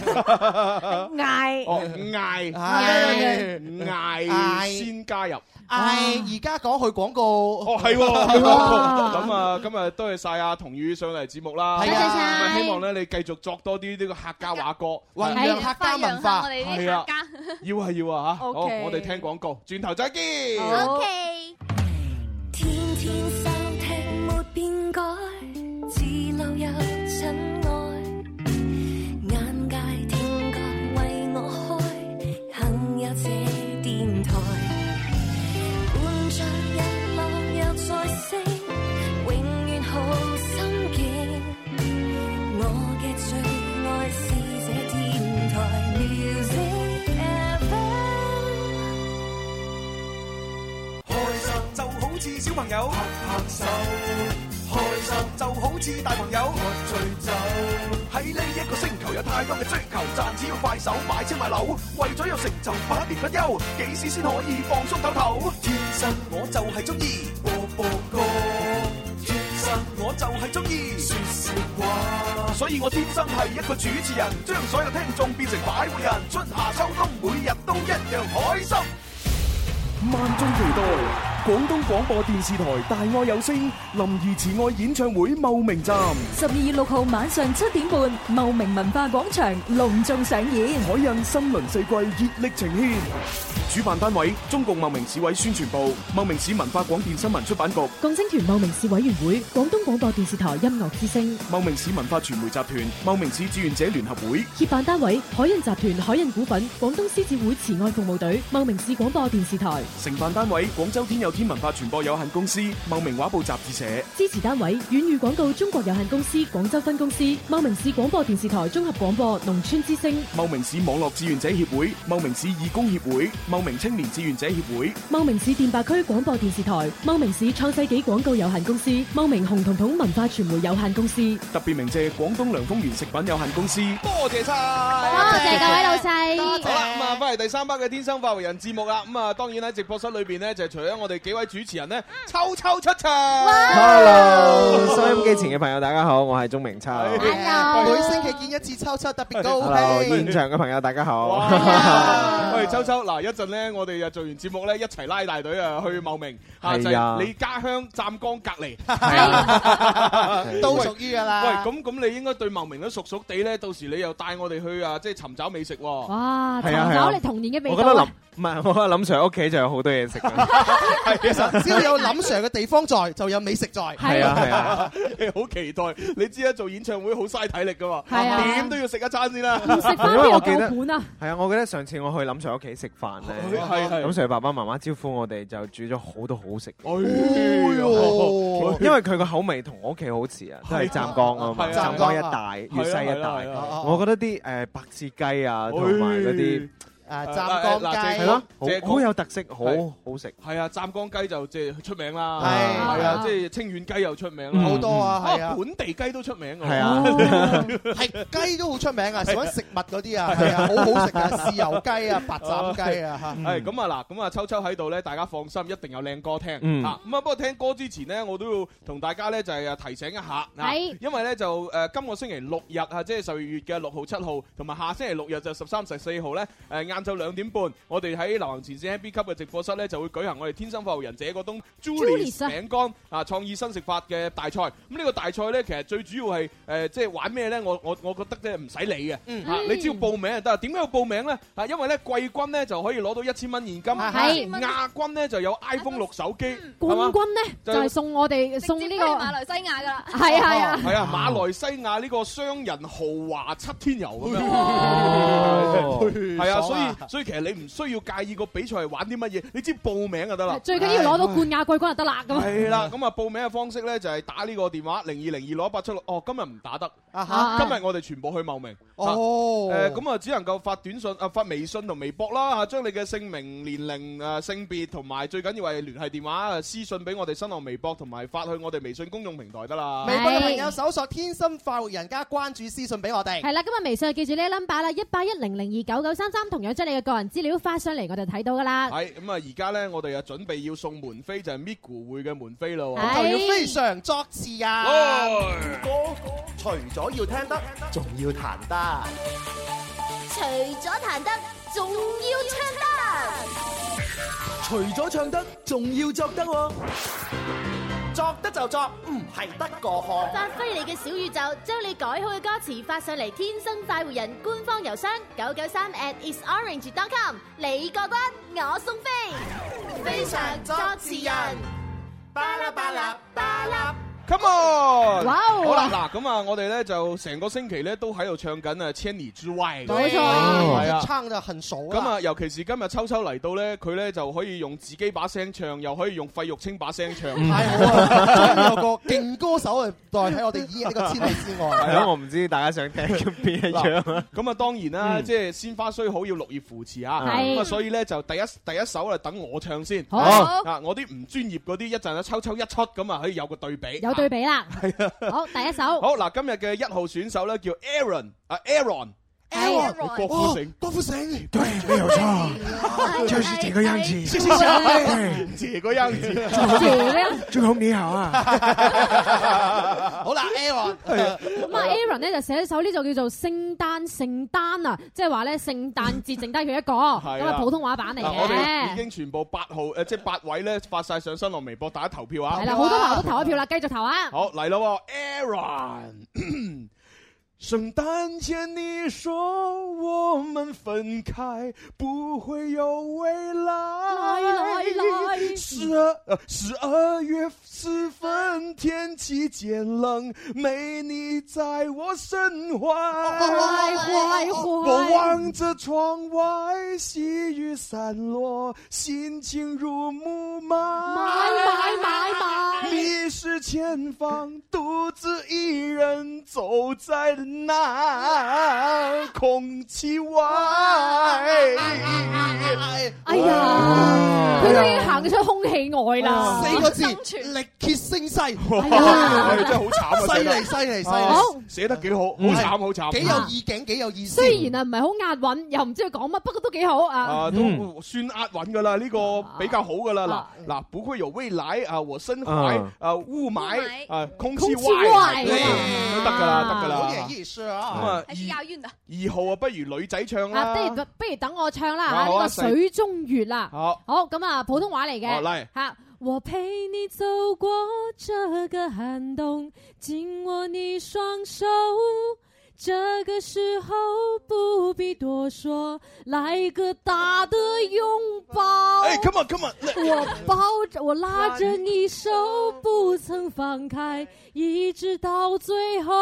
嗌哦嗌係嗌嗌嗌先加入。啊哎嗌而家講去廣告，哦，係喎，係喎咁啊，今日多謝晒阿童宇上嚟節目啦，係啊多咁啊謝晒希望咧你繼續作多啲呢個客家話歌，弘啊揚客家文化發揚下我哋啲係啊客家，要啊要啊吓，好， OK 我哋聽廣告，轉頭再見。 OK。天天收聽沒變改，字路有真愛，眼界天界為我開，幸有這電台，伴着日落若再升，永遠好心境。我嘅最愛是這電台 music FM。開心就好似小朋友拍拍手，開心就好似大朋友喝醉酒。喺呢一個星球有太多嘅追求，賺錢要快手，買車買樓，為咗有成就百年不休，幾時先可以放鬆唞唞？天生我就係中意播播歌，天生我就係中意説笑話，所以我天生係一個主持人，將所有聽眾變成擺渡人，春夏秋冬每日都一樣開心。萬眾期待廣東廣播電視台《大愛有聲》林怡慈愛演唱會茂名站。十二月六號晚上七點半，茂名文化廣場隆重上演。海印新輪四季熱力呈現，主辦單位中共茂名市委宣傳部、茂名市文化廣電新聞出版局、 共青團茂名市委員會、廣東廣播電視台音樂之聲、茂名市文化傳媒集團、茂名市志願者聯合會。協辦單位海印集團、海印股份、廣東獅子會慈愛服務隊、茂名市廣播電視台。承辦單位：廣州天有天文化傳播有限公司、茂名畫報雜誌社。支持單位：遠譽廣告中國有限公司廣州分公司、茂名市廣播電視台綜合廣播農村之聲、茂名市網絡志願者協會、茂名市義工協會、茂名青年志願者協會、茂名市電白區廣播電視台、茂名市創世紀廣告有限公司、茂名紅彤彤文化傳媒有限公司。特別鳴謝廣東涼風園食品有限公司。多謝晒，多謝各位老細好啦，咁啊，翻嚟第三 part 嘅天生發為人節目啦。咁啊，當然喺直播室裏邊咧，就除咗我哋幾位主持人咧，秋秋出場。 Hello，收音機前嘅朋友，大家好，我係鐘明 秋。哎哎每星期見一次秋秋特別高啊 Hello，興現。場嘅朋友，大家好。喂，秋秋，嗱，一陣咧，我哋又啊做完節目咧，一齊拉大隊啊去茂名，嚇就係啊係你家鄉湛江隔離， 都喂屬於㗎啦啊喂，咁咁你應該對茂名都熟熟地咧，到時你又帶我哋去啊，即係尋找美食喎。哇！尋係啊係啊找你童年嘅味我覺得道啊林！唔係，我覺得林 Sir 屋企就有好多嘢食啊 㗎。只要有林 Sir 嘅地方在，就有美食在。係 啊係啊，好期待！你知啦，啊做演唱會好嘥體力噶嘛，係啊點都要食一餐先啦。因為我記得啊！係啊，我記得上次我去林 Sir 屋企食飯咧， 係係林 Sir 爸爸媽媽招呼我哋就煮咗好多好食嘅。哎喲 因為佢個口味同我屋企好似啊，都係湛江啊嘛，係啊湛江一帶、係啊粵西一係啊係啊係哎帶啊。我覺得啲誒白切雞啊，同埋嗰啲啊誒湛江嗱雞謝係咯，謝好好有特色，好係好食。係啊，湛江雞就即係出名啦，係係啊，即係清遠雞又出名啦，好多啊係啊本地雞都出名㗎係啊哦 係雞都好出名啊，食緊食物嗰啲啊，係啊，好好 食啊，豉油雞啊，白斬雞啊，嚇。係咁啊嗱，咁啊秋秋喺度咧，大家放心，一定有靚歌聽嗯嚇。啊咁啊不過聽歌之前呢，我都要同大家咧就係啊提醒一下，啊係因為咧就誒今個星期六日啊，即係十二月嘅六號、七號，同埋下星期六日就十三、十四號咧，誒晏晏晝兩點半，我哋喺流行前線 Happy 級嘅直播室咧就會舉行我哋天生發號人者嗰東 Julius Julius 啊餅乾啊創意新食法嘅大賽。咁呢個大賽咧，其實最主要係誒即係玩咩咧？我我我覺得咧唔使理嘅，嗯啊你只要報名就得。點解要報名咧？啊，因為咧季軍咧就可以攞到一千蚊現金，啊啊係亞軍咧就有 iPhone 六手機，冠係嘛軍咧就就係送我哋送呢個去馬來西亞㗎啦，係啊係啊系啊，马來西亞呢個商人豪華七天遊咁哇哦樣，係啊，所爽啊以所以其實你唔需要介意個比賽係玩啲乜嘢，你只要報名就得啦。最緊要攞到冠亞季軍就得啦咁。係啦，咁啊報名嘅方式咧就係打呢個電話零二零二六一八七六。哦，今日唔打得，哈今日我哋全部去茂名。哦誒咁啊，只能夠發短信啊，發微信同微博啦嚇，將你嘅姓名、年齡、啊性別同埋最緊要係聯繫電話啊私信俾我哋新浪微博同埋發去我哋微信公眾平台得啦。微博嘅朋友搜索天生快活人家，關注私信俾我哋。係啦，今啊日微信就記住呢個 number 啦，一八一零零二九九三三，同樣將你嘅個人資料發上嚟，我就睇到噶啦。系咁啊！而家咧，我哋啊準備要送門飛，就係 Migu 會嘅門飛咯。咁就要非常作詞啊！歌除咗要聽得，仲要彈得。除咗彈得，仲要除咗唱得，仲要作得喎。作得就作，唔係得過河。發揮你嘅小宇宙，將你改好嘅歌詞發上嚟，天生快活人官方郵箱九九三 at isorange.com，你過關，我送飛，非常作詞人，巴拉巴拉巴拉。 Come on！哇哦好啦，嗱咁啊，我哋咧就成個星期咧都喺度唱緊啊《千里之外》。哦係啊。唱得很熟咁啊，尤其是今日秋秋嚟到咧，佢咧就可以用自己把聲唱，又可以用費玉清把聲唱。嗯啊終於有個勁歌手嚟代喺我哋演繹呢個千里之 外。哎係咯，我唔知大家想聽邊一樣啊。啊咁啊，當然啦，嗯即係鮮花雖好，要綠葉扶持啊。係咁啊，所以咧就第一第一首啊，等我唱先。好啊，我啲唔專業嗰啲，一陣啊秋秋一出咁啊，可以有個對比。有對比啦，係啊。好第一首，好嗱，今日嘅一號選手咧叫 Aaron 啊 Aaron。郭富城，郭富城，對，沒有錯，就是這個樣子，謝謝謝個樣子，這這個個樣樣子子你好啊，好啦，Aaron，咁啊，Aaron 咧就寫咗首呢就叫做《聖誕聖誕》啊，即係話咧聖誕節剩低佢一個，咁啊普通話版嚟嗱我哋已嘅。經全部八號誒，即係八位咧發晒上新浪微博，大家投票啊！係啦，好多朋友都投咗票啦，繼續投啊！好嚟咯，Aaron。聖誕節你說我們分開不會有未來，來來來十二呃十二月四分天氣漸冷，沒你在我身懷，懷懷懷我望着窗外細雨散落，心情如霧霾，買買買買迷失前方，獨自一人走在那空氣外。哎呀，啊佢都已經行咗出空氣外啦，啊四個字，力竭聲嘶。 唉真係好慘啊！犀寫得利犀利犀啊利！寫得幾好，好慘好慘，幾有意境，幾有意思。雖然啊唔係好押韻，又唔知佢講乜，不過都幾好啊啊，。嗯都算押韻噶啦，呢個比較好噶啊啦。嗱嗱，不會有未來啊，我身懷啊啊霧霾啊，空氣空氣啊外外，對得噶啦，得噶好啦有。意思咁啊！啊，還是押韻的。二號啊，不如女仔唱啊，啦不。如不如等我唱啦啊嚇，呢好啊個細水中月啦。好好咁啊，普通話嚟好嚟嘅嚇。我陪你走過這個寒冬，緊握你雙手。這個時候不必多說，來個大的擁抱。哎，come on come on，我抱着我拉着你手，不曾放开，一直到最后。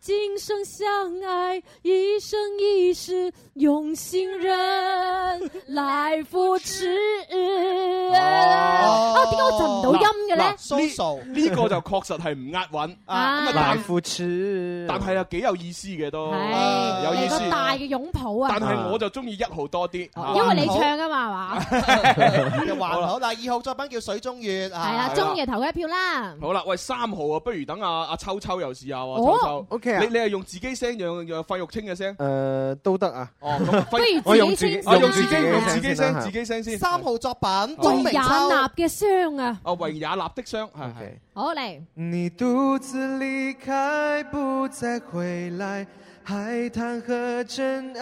今生相爱，一生一世，用心人来扶持。Oh, 哦啊，點解我震唔到音嘅咧？嗱呢呢個就確實係唔押 韻啊咁啊大但副詞，但係啊幾有意思嘅都，啊係有意嚟思個。大嘅擁抱啊！但係我就中意一號多啲，嚇因為你唱啊嘛，係嘛？又還 好，但係二號作品叫《水中月》啊。係 Dạ. 啦，中意就投佢一票啦。好啦，喂三號啊，不如等阿阿秋秋又試下喎，哦秋秋 OK 啊你你係用自己聲用用費玉清嘅聲？呃誒都得啊。哦，咁不如自己我用先我用先自己啦用自己先啦聲嚇自己聲先。三號作品《為東明也秋》。納嘅傷啊！啊，維也納的傷係係。好嚟，你獨自離開，不再回來，还谈何真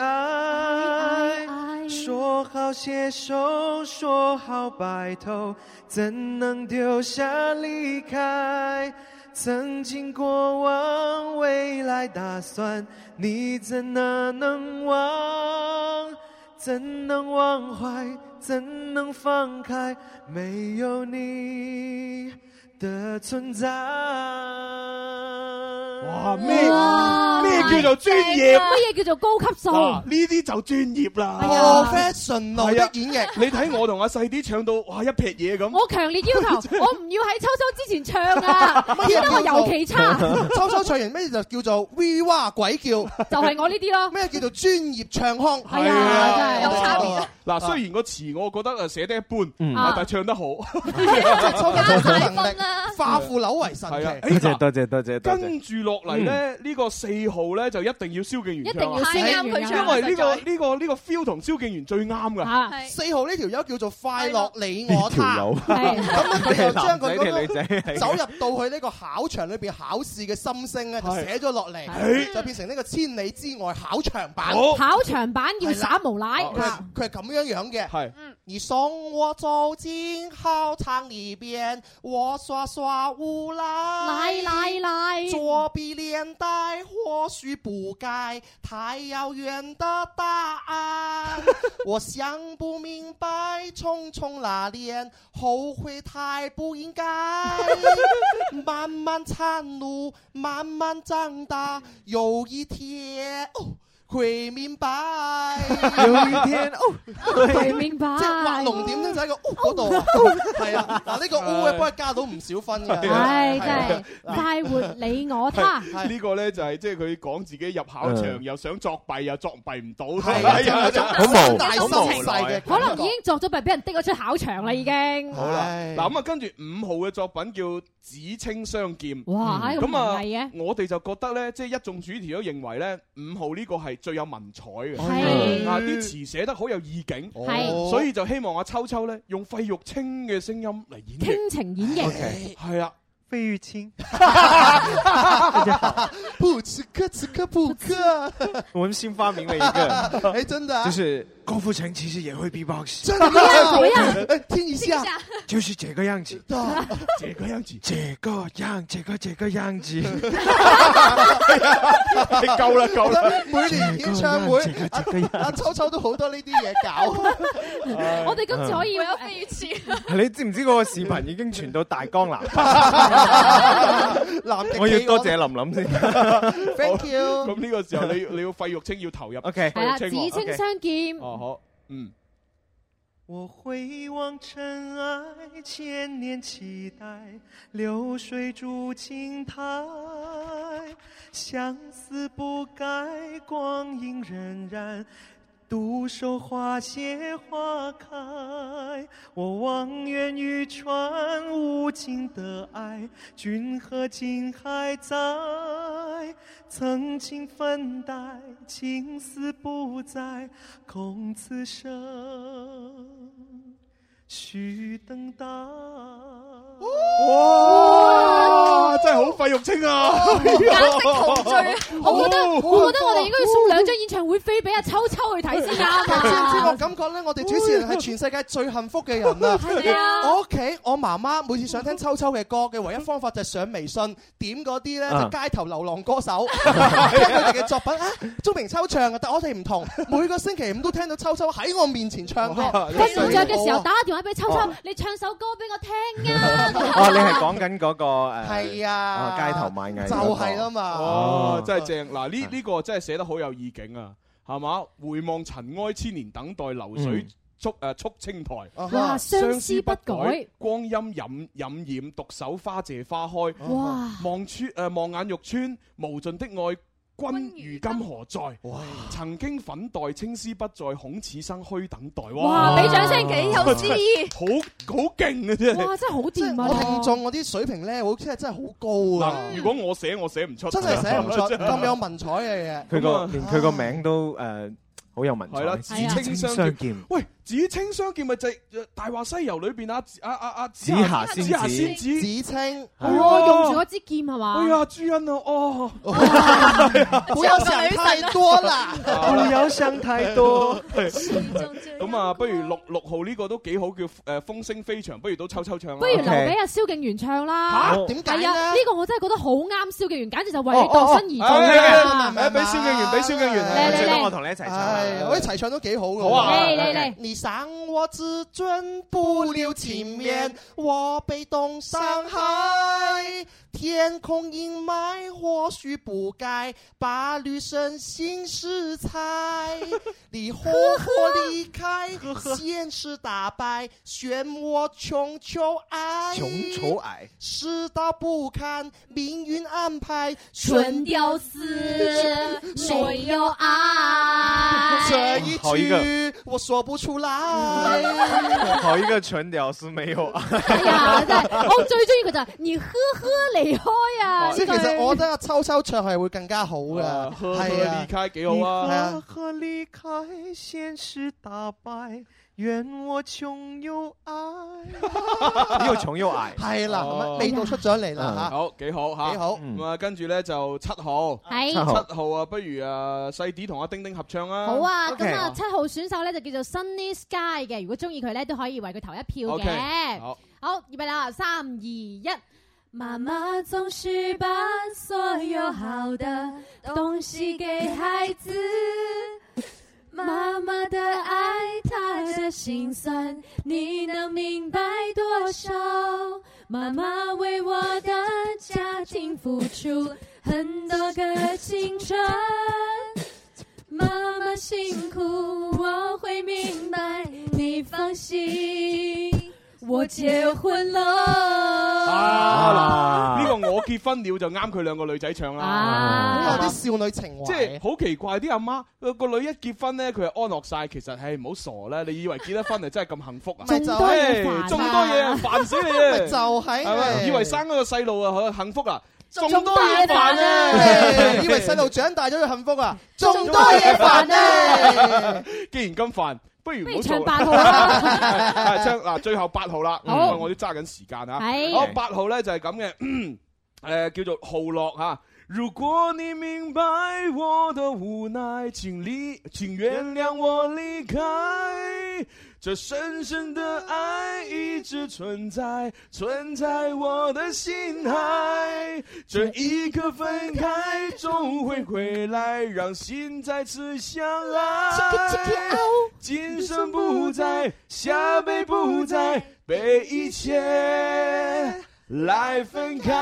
爱？说好携手，说好白头，怎能丢下离开？曾经过往，未来打算，你怎哪能忘？怎能忘怀？怎能放开？没有你的存在。哇！咩咩叫做專業？乜嘢叫做高級數？嗱，呢啲就專業啦係啊 professional 係啊的演繹你睇我同阿細啲唱到哇一撇嘢咁，我強烈要 求，我唔要喺秋秋之前唱啊，顯得我尤其差。 秋秋唱完咩就叫做 V 哇鬼叫，就係我呢啲咯。咩叫做專業唱腔？係啊真係哦有差別。啊嗱，雖然個詞我覺得誒寫得一般，嗯啊啊但係唱 得好，秋秋加能力化腐朽為神係啊奇。誒嗱多謝多謝多謝跟。住落嚟嗯咧，呢個四號咧就一定要蕭敬元唱啊，一定要蕭敬元唱因為呢個呢個呢個 feel 同蕭敬元最啱啊噶。四號呢條友叫做快樂你我呢他，條友咁樣佢就將佢男仔定女嗰仔個走入到去呢個考場裏邊考試嘅心聲咧，就寫咗落嚟，係就變成呢個千里之外考場版。考場版叫耍無賴，佢佢係咁樣樣嘅。係。你送我走進考場裏邊，我耍耍無賴，賴賴賴作弊連帶或許不該，太遙遠的答 案，我想不明白，匆匆那年，後悔太不應該，漫漫長路，慢慢長大，有一天。哦會明白， 有一天哦會明白即係畫龍點睛就喺個屋嗰度啊，係啊，嗱呢個哎屋咧幫佢加到唔少 Dạ. 分嘅，唉，真係快活你我他。啊 係呢個咧就係即係佢講自己入考場又想作弊又作弊唔到，嗯係真係啊好無好無奈嘅可能已經作咗弊，俾人滴咗出考場啦，已經。好啦，嗱咁啊，跟住五號嘅作品叫《紫青相劍》。哇嗯咁咁啊文藝嘅，我哋就覺得咧，即係一眾主持都認為咧，五號呢個係最有文采嘅，係啊啲詞寫得好有意境，哦係所以就希 望阿秋秋咧用費玉清嘅聲音嚟演繹，傾情演繹。係啊，費玉清。不此刻此刻不刻，我们新发明了一个，哎，真的啊就是郭富城其实也会 B-box，真的啊怎么样哎听一下听一下就是这个样子，这个样子，这个样，这个这个样子，夠啦夠啦每年演唱會這個阿這個這個阿啊秋秋都好多呢啲嘢搞， 我哋今次可以 會有飛魚翅。你知唔知嗰個視頻已經傳到大江南？南我要多謝林林 先。 Thank you。咁呢個時候你你 要費玉清要投入 OK 係啦，費紫玉清喎青 OK 相劍。哦好，嗯。我回望尘埃，千年期待，流水铸青苔，相思不改，光阴荏苒。独守花谢花开，我望眼欲穿无尽的爱，君和今还在，曾经分代，情丝不在，空此生需等待。哇！真係好費玉清啊！啊我覺哦得，我覺得我哋應該要送兩張演唱會飛俾阿秋秋去睇先啱 啊！知唔知我感覺咧？我哋主持人係全世界最幸福嘅人 啦！係啊我屋企我媽媽每次想聽秋秋嘅歌嘅唯一方法就係上微信點嗰啲咧，啊就街頭流浪歌手聽佢哋嘅作品啊，鍾明秋唱嘅，但我哋唔同，每個星期五都聽到秋秋喺我面前 唱歌。瞓唔着嘅時候打 打個電話俾秋秋，你唱首歌俾我聽啊！ 哦，你係講緊嗰個誒？係啊哦街頭賣藝嗰個就係啊嘛哦，真係正嗱，呢呢個真係寫得好有意境啊，係嘛？回望塵埃，千年等待，流水嗯築誒築青苔哦啊相哈，思不相思不改改，光陰染染染，獨守花謝花開。哇！望穿誒望眼欲穿，無盡的愛。君如今何在？曾經粉黛青絲不在，恐此生虛等待。哇俾掌聲幾有詩意意， 好好勁啊！真係哇真係好掂啊！我聽眾我啲水平咧，好似係真係好高啊！嗱，如果我寫我寫唔出，真係寫唔出 真係咁有文采嘅嘢。佢個連佢個名都誒好有文啊係啦，采，啊啊紫青相劍。喂，至於清相見咪就係呃《大話西遊》裏邊阿啊阿阿阿紫紫霞仙子紫霞仙子紫青，啊哦，用住嗰 支劍係嘛？哎呀，朱茵啊，哦，不要想太多啦， 不要想太多。咁啊，不如六六號呢個都幾好，叫誒風聲飛翔，不如都抽抽唱啦。不如留俾阿蕭敬元唱啦。嚇點解係呢哦啊，呢個我真係覺得好啱蕭敬元，簡直就為你度身而啊做哦哦㗎。誒俾蕭敬元，俾蕭敬元，嚟嚟嚟同你一齊唱，我一齊唱都幾好噶。好啊嚟嚟嚟你想我只准不留情面，我被冻伤害。天空阴霾或许不该把女生心事猜。 你活活离开，现实打败，漩涡穷求哎 爱，穷愁矮。世道不堪，命运安排，纯屌丝没有爱这一好一个句我说不出来。 好一个蠢屌丝没有啊！我最中意佢就係你呵呵離開啊！哦即係呢其句實我覺得秋秋唱係會更加好嘅，呵呵係啊離，開幾好啊係啊呵呵离开，现实打败，愿我穷又爱。呢個重又矮，係啦咁啊哦味道出咗嚟啦嗯嚇好幾好嚇，幾好咁啊，跟住咧就七號，係七七號號啊，不如啊細啲同阿丁丁合唱啊。好啊，咁啊，七號選手咧就叫做 Sunny Sky 嘅，如果中意佢咧都可以為佢投一票 OK，嘅。好，好，預備啦，三二一。妈妈总是把所有好的东西给孩子，妈妈的爱，她的心酸，你能明白多少？妈妈为我的家庭付出很多个青春。妈妈辛苦，我会明白，你放心，我结婚了。啊嗱，呢個我結婚了就啱佢兩個女仔唱啦。啊有哦啲少女情即係懷。好奇怪啲阿媽個個女一結婚咧，佢係安樂晒。其實係唔好傻啦，你以為結咗婚係真係咁幸福啊？咪就係唉眾多嘢啊煩死你啊！ 咪就係係咪以為生咗個細路啊，幸福啊？仲多嘢煩啊 唉 以為細路長大咗要幸福啊，仲多嘢煩啊！啊既然咁煩，不如唔不好如唱做八號啦。 係唱嗱，最後八號啦，因好為我都揸緊時間啊。係好，八號咧就係咁嘅，誒哎叫做啊浩樂嚇。如果你明白我的无奈，请离，请原谅我离开。这深深的爱一直存在，存在我的心海。这一刻分开，终会回来，让心再次相爱。今生不再，下辈不再，被一切来分开。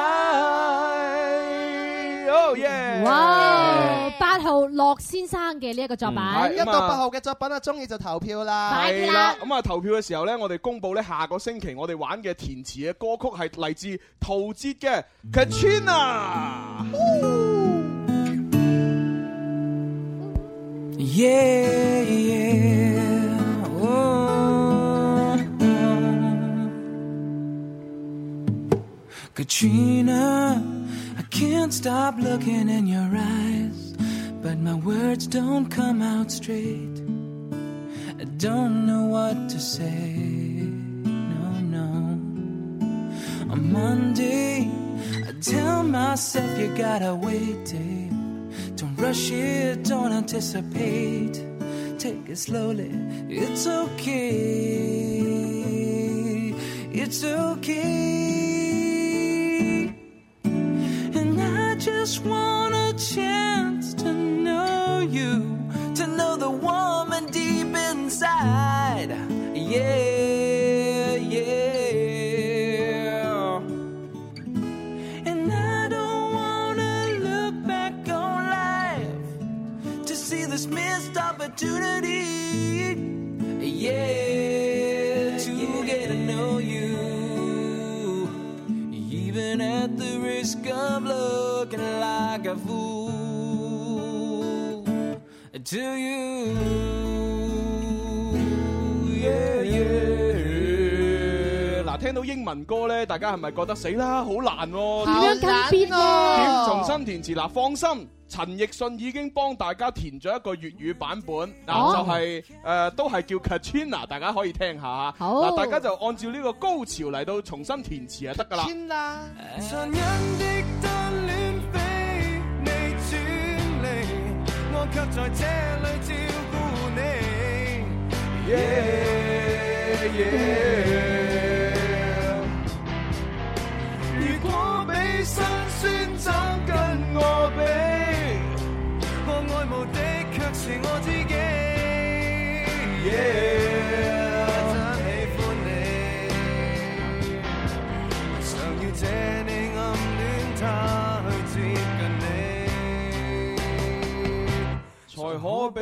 哦耶！哇！八號樂先生嘅呢一個作品，嗯係一到八號嘅作品啊，中意就投票啦。系啦，咁啊投票嘅時候呢，我哋公佈呢下個星期我哋玩嘅填詞嘅歌曲係嚟自陶喆嘅《Katrina》。耶耶，哦，Katrina, I can't stop looking in your eyes, but my words don't come out straight. I don't know what to say. No, no. On Monday, I tell myself you gotta wait, eh? Dave. Don't rush it, don't anticipate. Take it slowly, it's okay. It's okay. And I just want a chance to know you, to know the woman deep inside. Yeah, yeah. And I don't wanna look back on life to see this missed opportunity. Yeah, to get to know you, even at the risk of looking like a fool to you. Yeah, yeah. 嗱，聽聽到英文歌咧，大家係咪覺得死啦，好難喎？好難喎點點樣跟 beat 啊點重新填詞？嗱，放心。陳奕迅已經幫大家填咗一個粵語版本，嗱、哦就係、誒、都係叫 Katrina，大家可以聽下嚇。好嗱，大家就按照呢個高潮嚟到重新填詞就得㗎啦。啦。殘忍的單戀比你轉離，我卻在這裏照顧你。Yeah, yeah 如果比辛酸怎跟我比？我愛慕的卻是我自己。Yeah，真喜歡你。常要借你暗戀他去接近才你。可悲。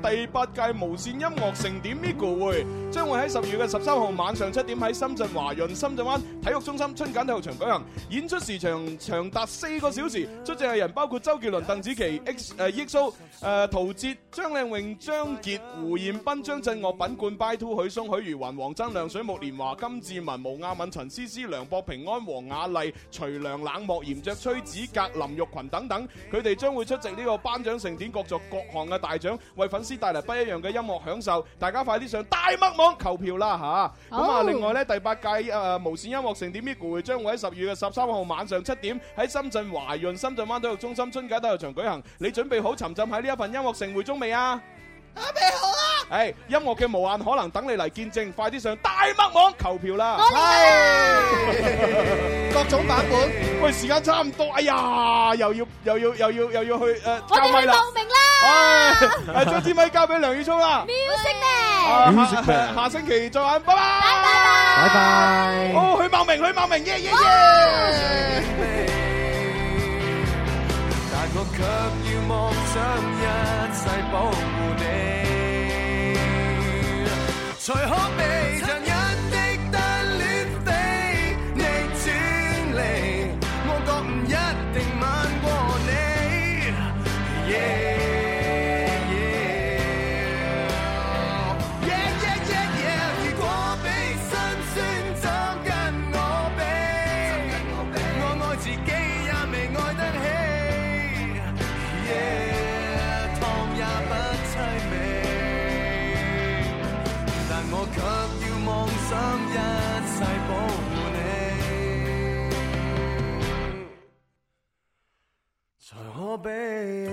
第八屆無線音樂盛典 Migu 會將會喺十月嘅十三號晚上七點喺深圳華潤深圳灣體育中心春繭體育場舉行，演出時長長達四個小時，出席嘅人包括周杰倫、鄧紫棋、X 誒 EXO、誒陶喆、張靚穎、張傑、胡彥斌、張震岳、品冠、By Two、許嵩、許茹芸、黃真、梁水木、年華、金志文、毛亞敏、陳思思、梁博平安、黃雅麗、徐良、冷漠、嚴爵、崔子格、林玉群等等，佢哋將會出席呢個頒獎盛典，角逐各項嘅大獎，為粉絲帶嚟不一樣嘅音樂享受。大家快啲上大麥網購票啦吓！咁啊，好另外呢，第八屆誒、呃、無線音樂盛典 Migu 會將會喺十月嘅十三號晚上七點喺深圳華潤深圳灣體育中心春繭體育場舉行。你準備好沉浸喺呢一份音樂盛會中未啊？誒、音樂嘅無限可能等你嚟見證，快啲上大麥網購票啦！係各種版本。喂，時間差唔多，哎呀，又要又要又要又要去誒，我交咪哋去啦！報名啦！唉， 誒將支咪交俾梁宇聰啦！ Music 啊 Man，下下星期再玩，拜拜！拜拜。哦，許茂名，許茂名，耶耶耶！但我卻要妄想一世保護你，才可避殘忍的單戀比你轉離，我覺唔一定慢過你。Yeah, yeah, yeah, yeah, yeah, yeah. 如果比辛酸怎跟我比？我愛自己也未愛得起。Yeah，糖也不悽美，但我卻要妄想一世保護你，才可悲。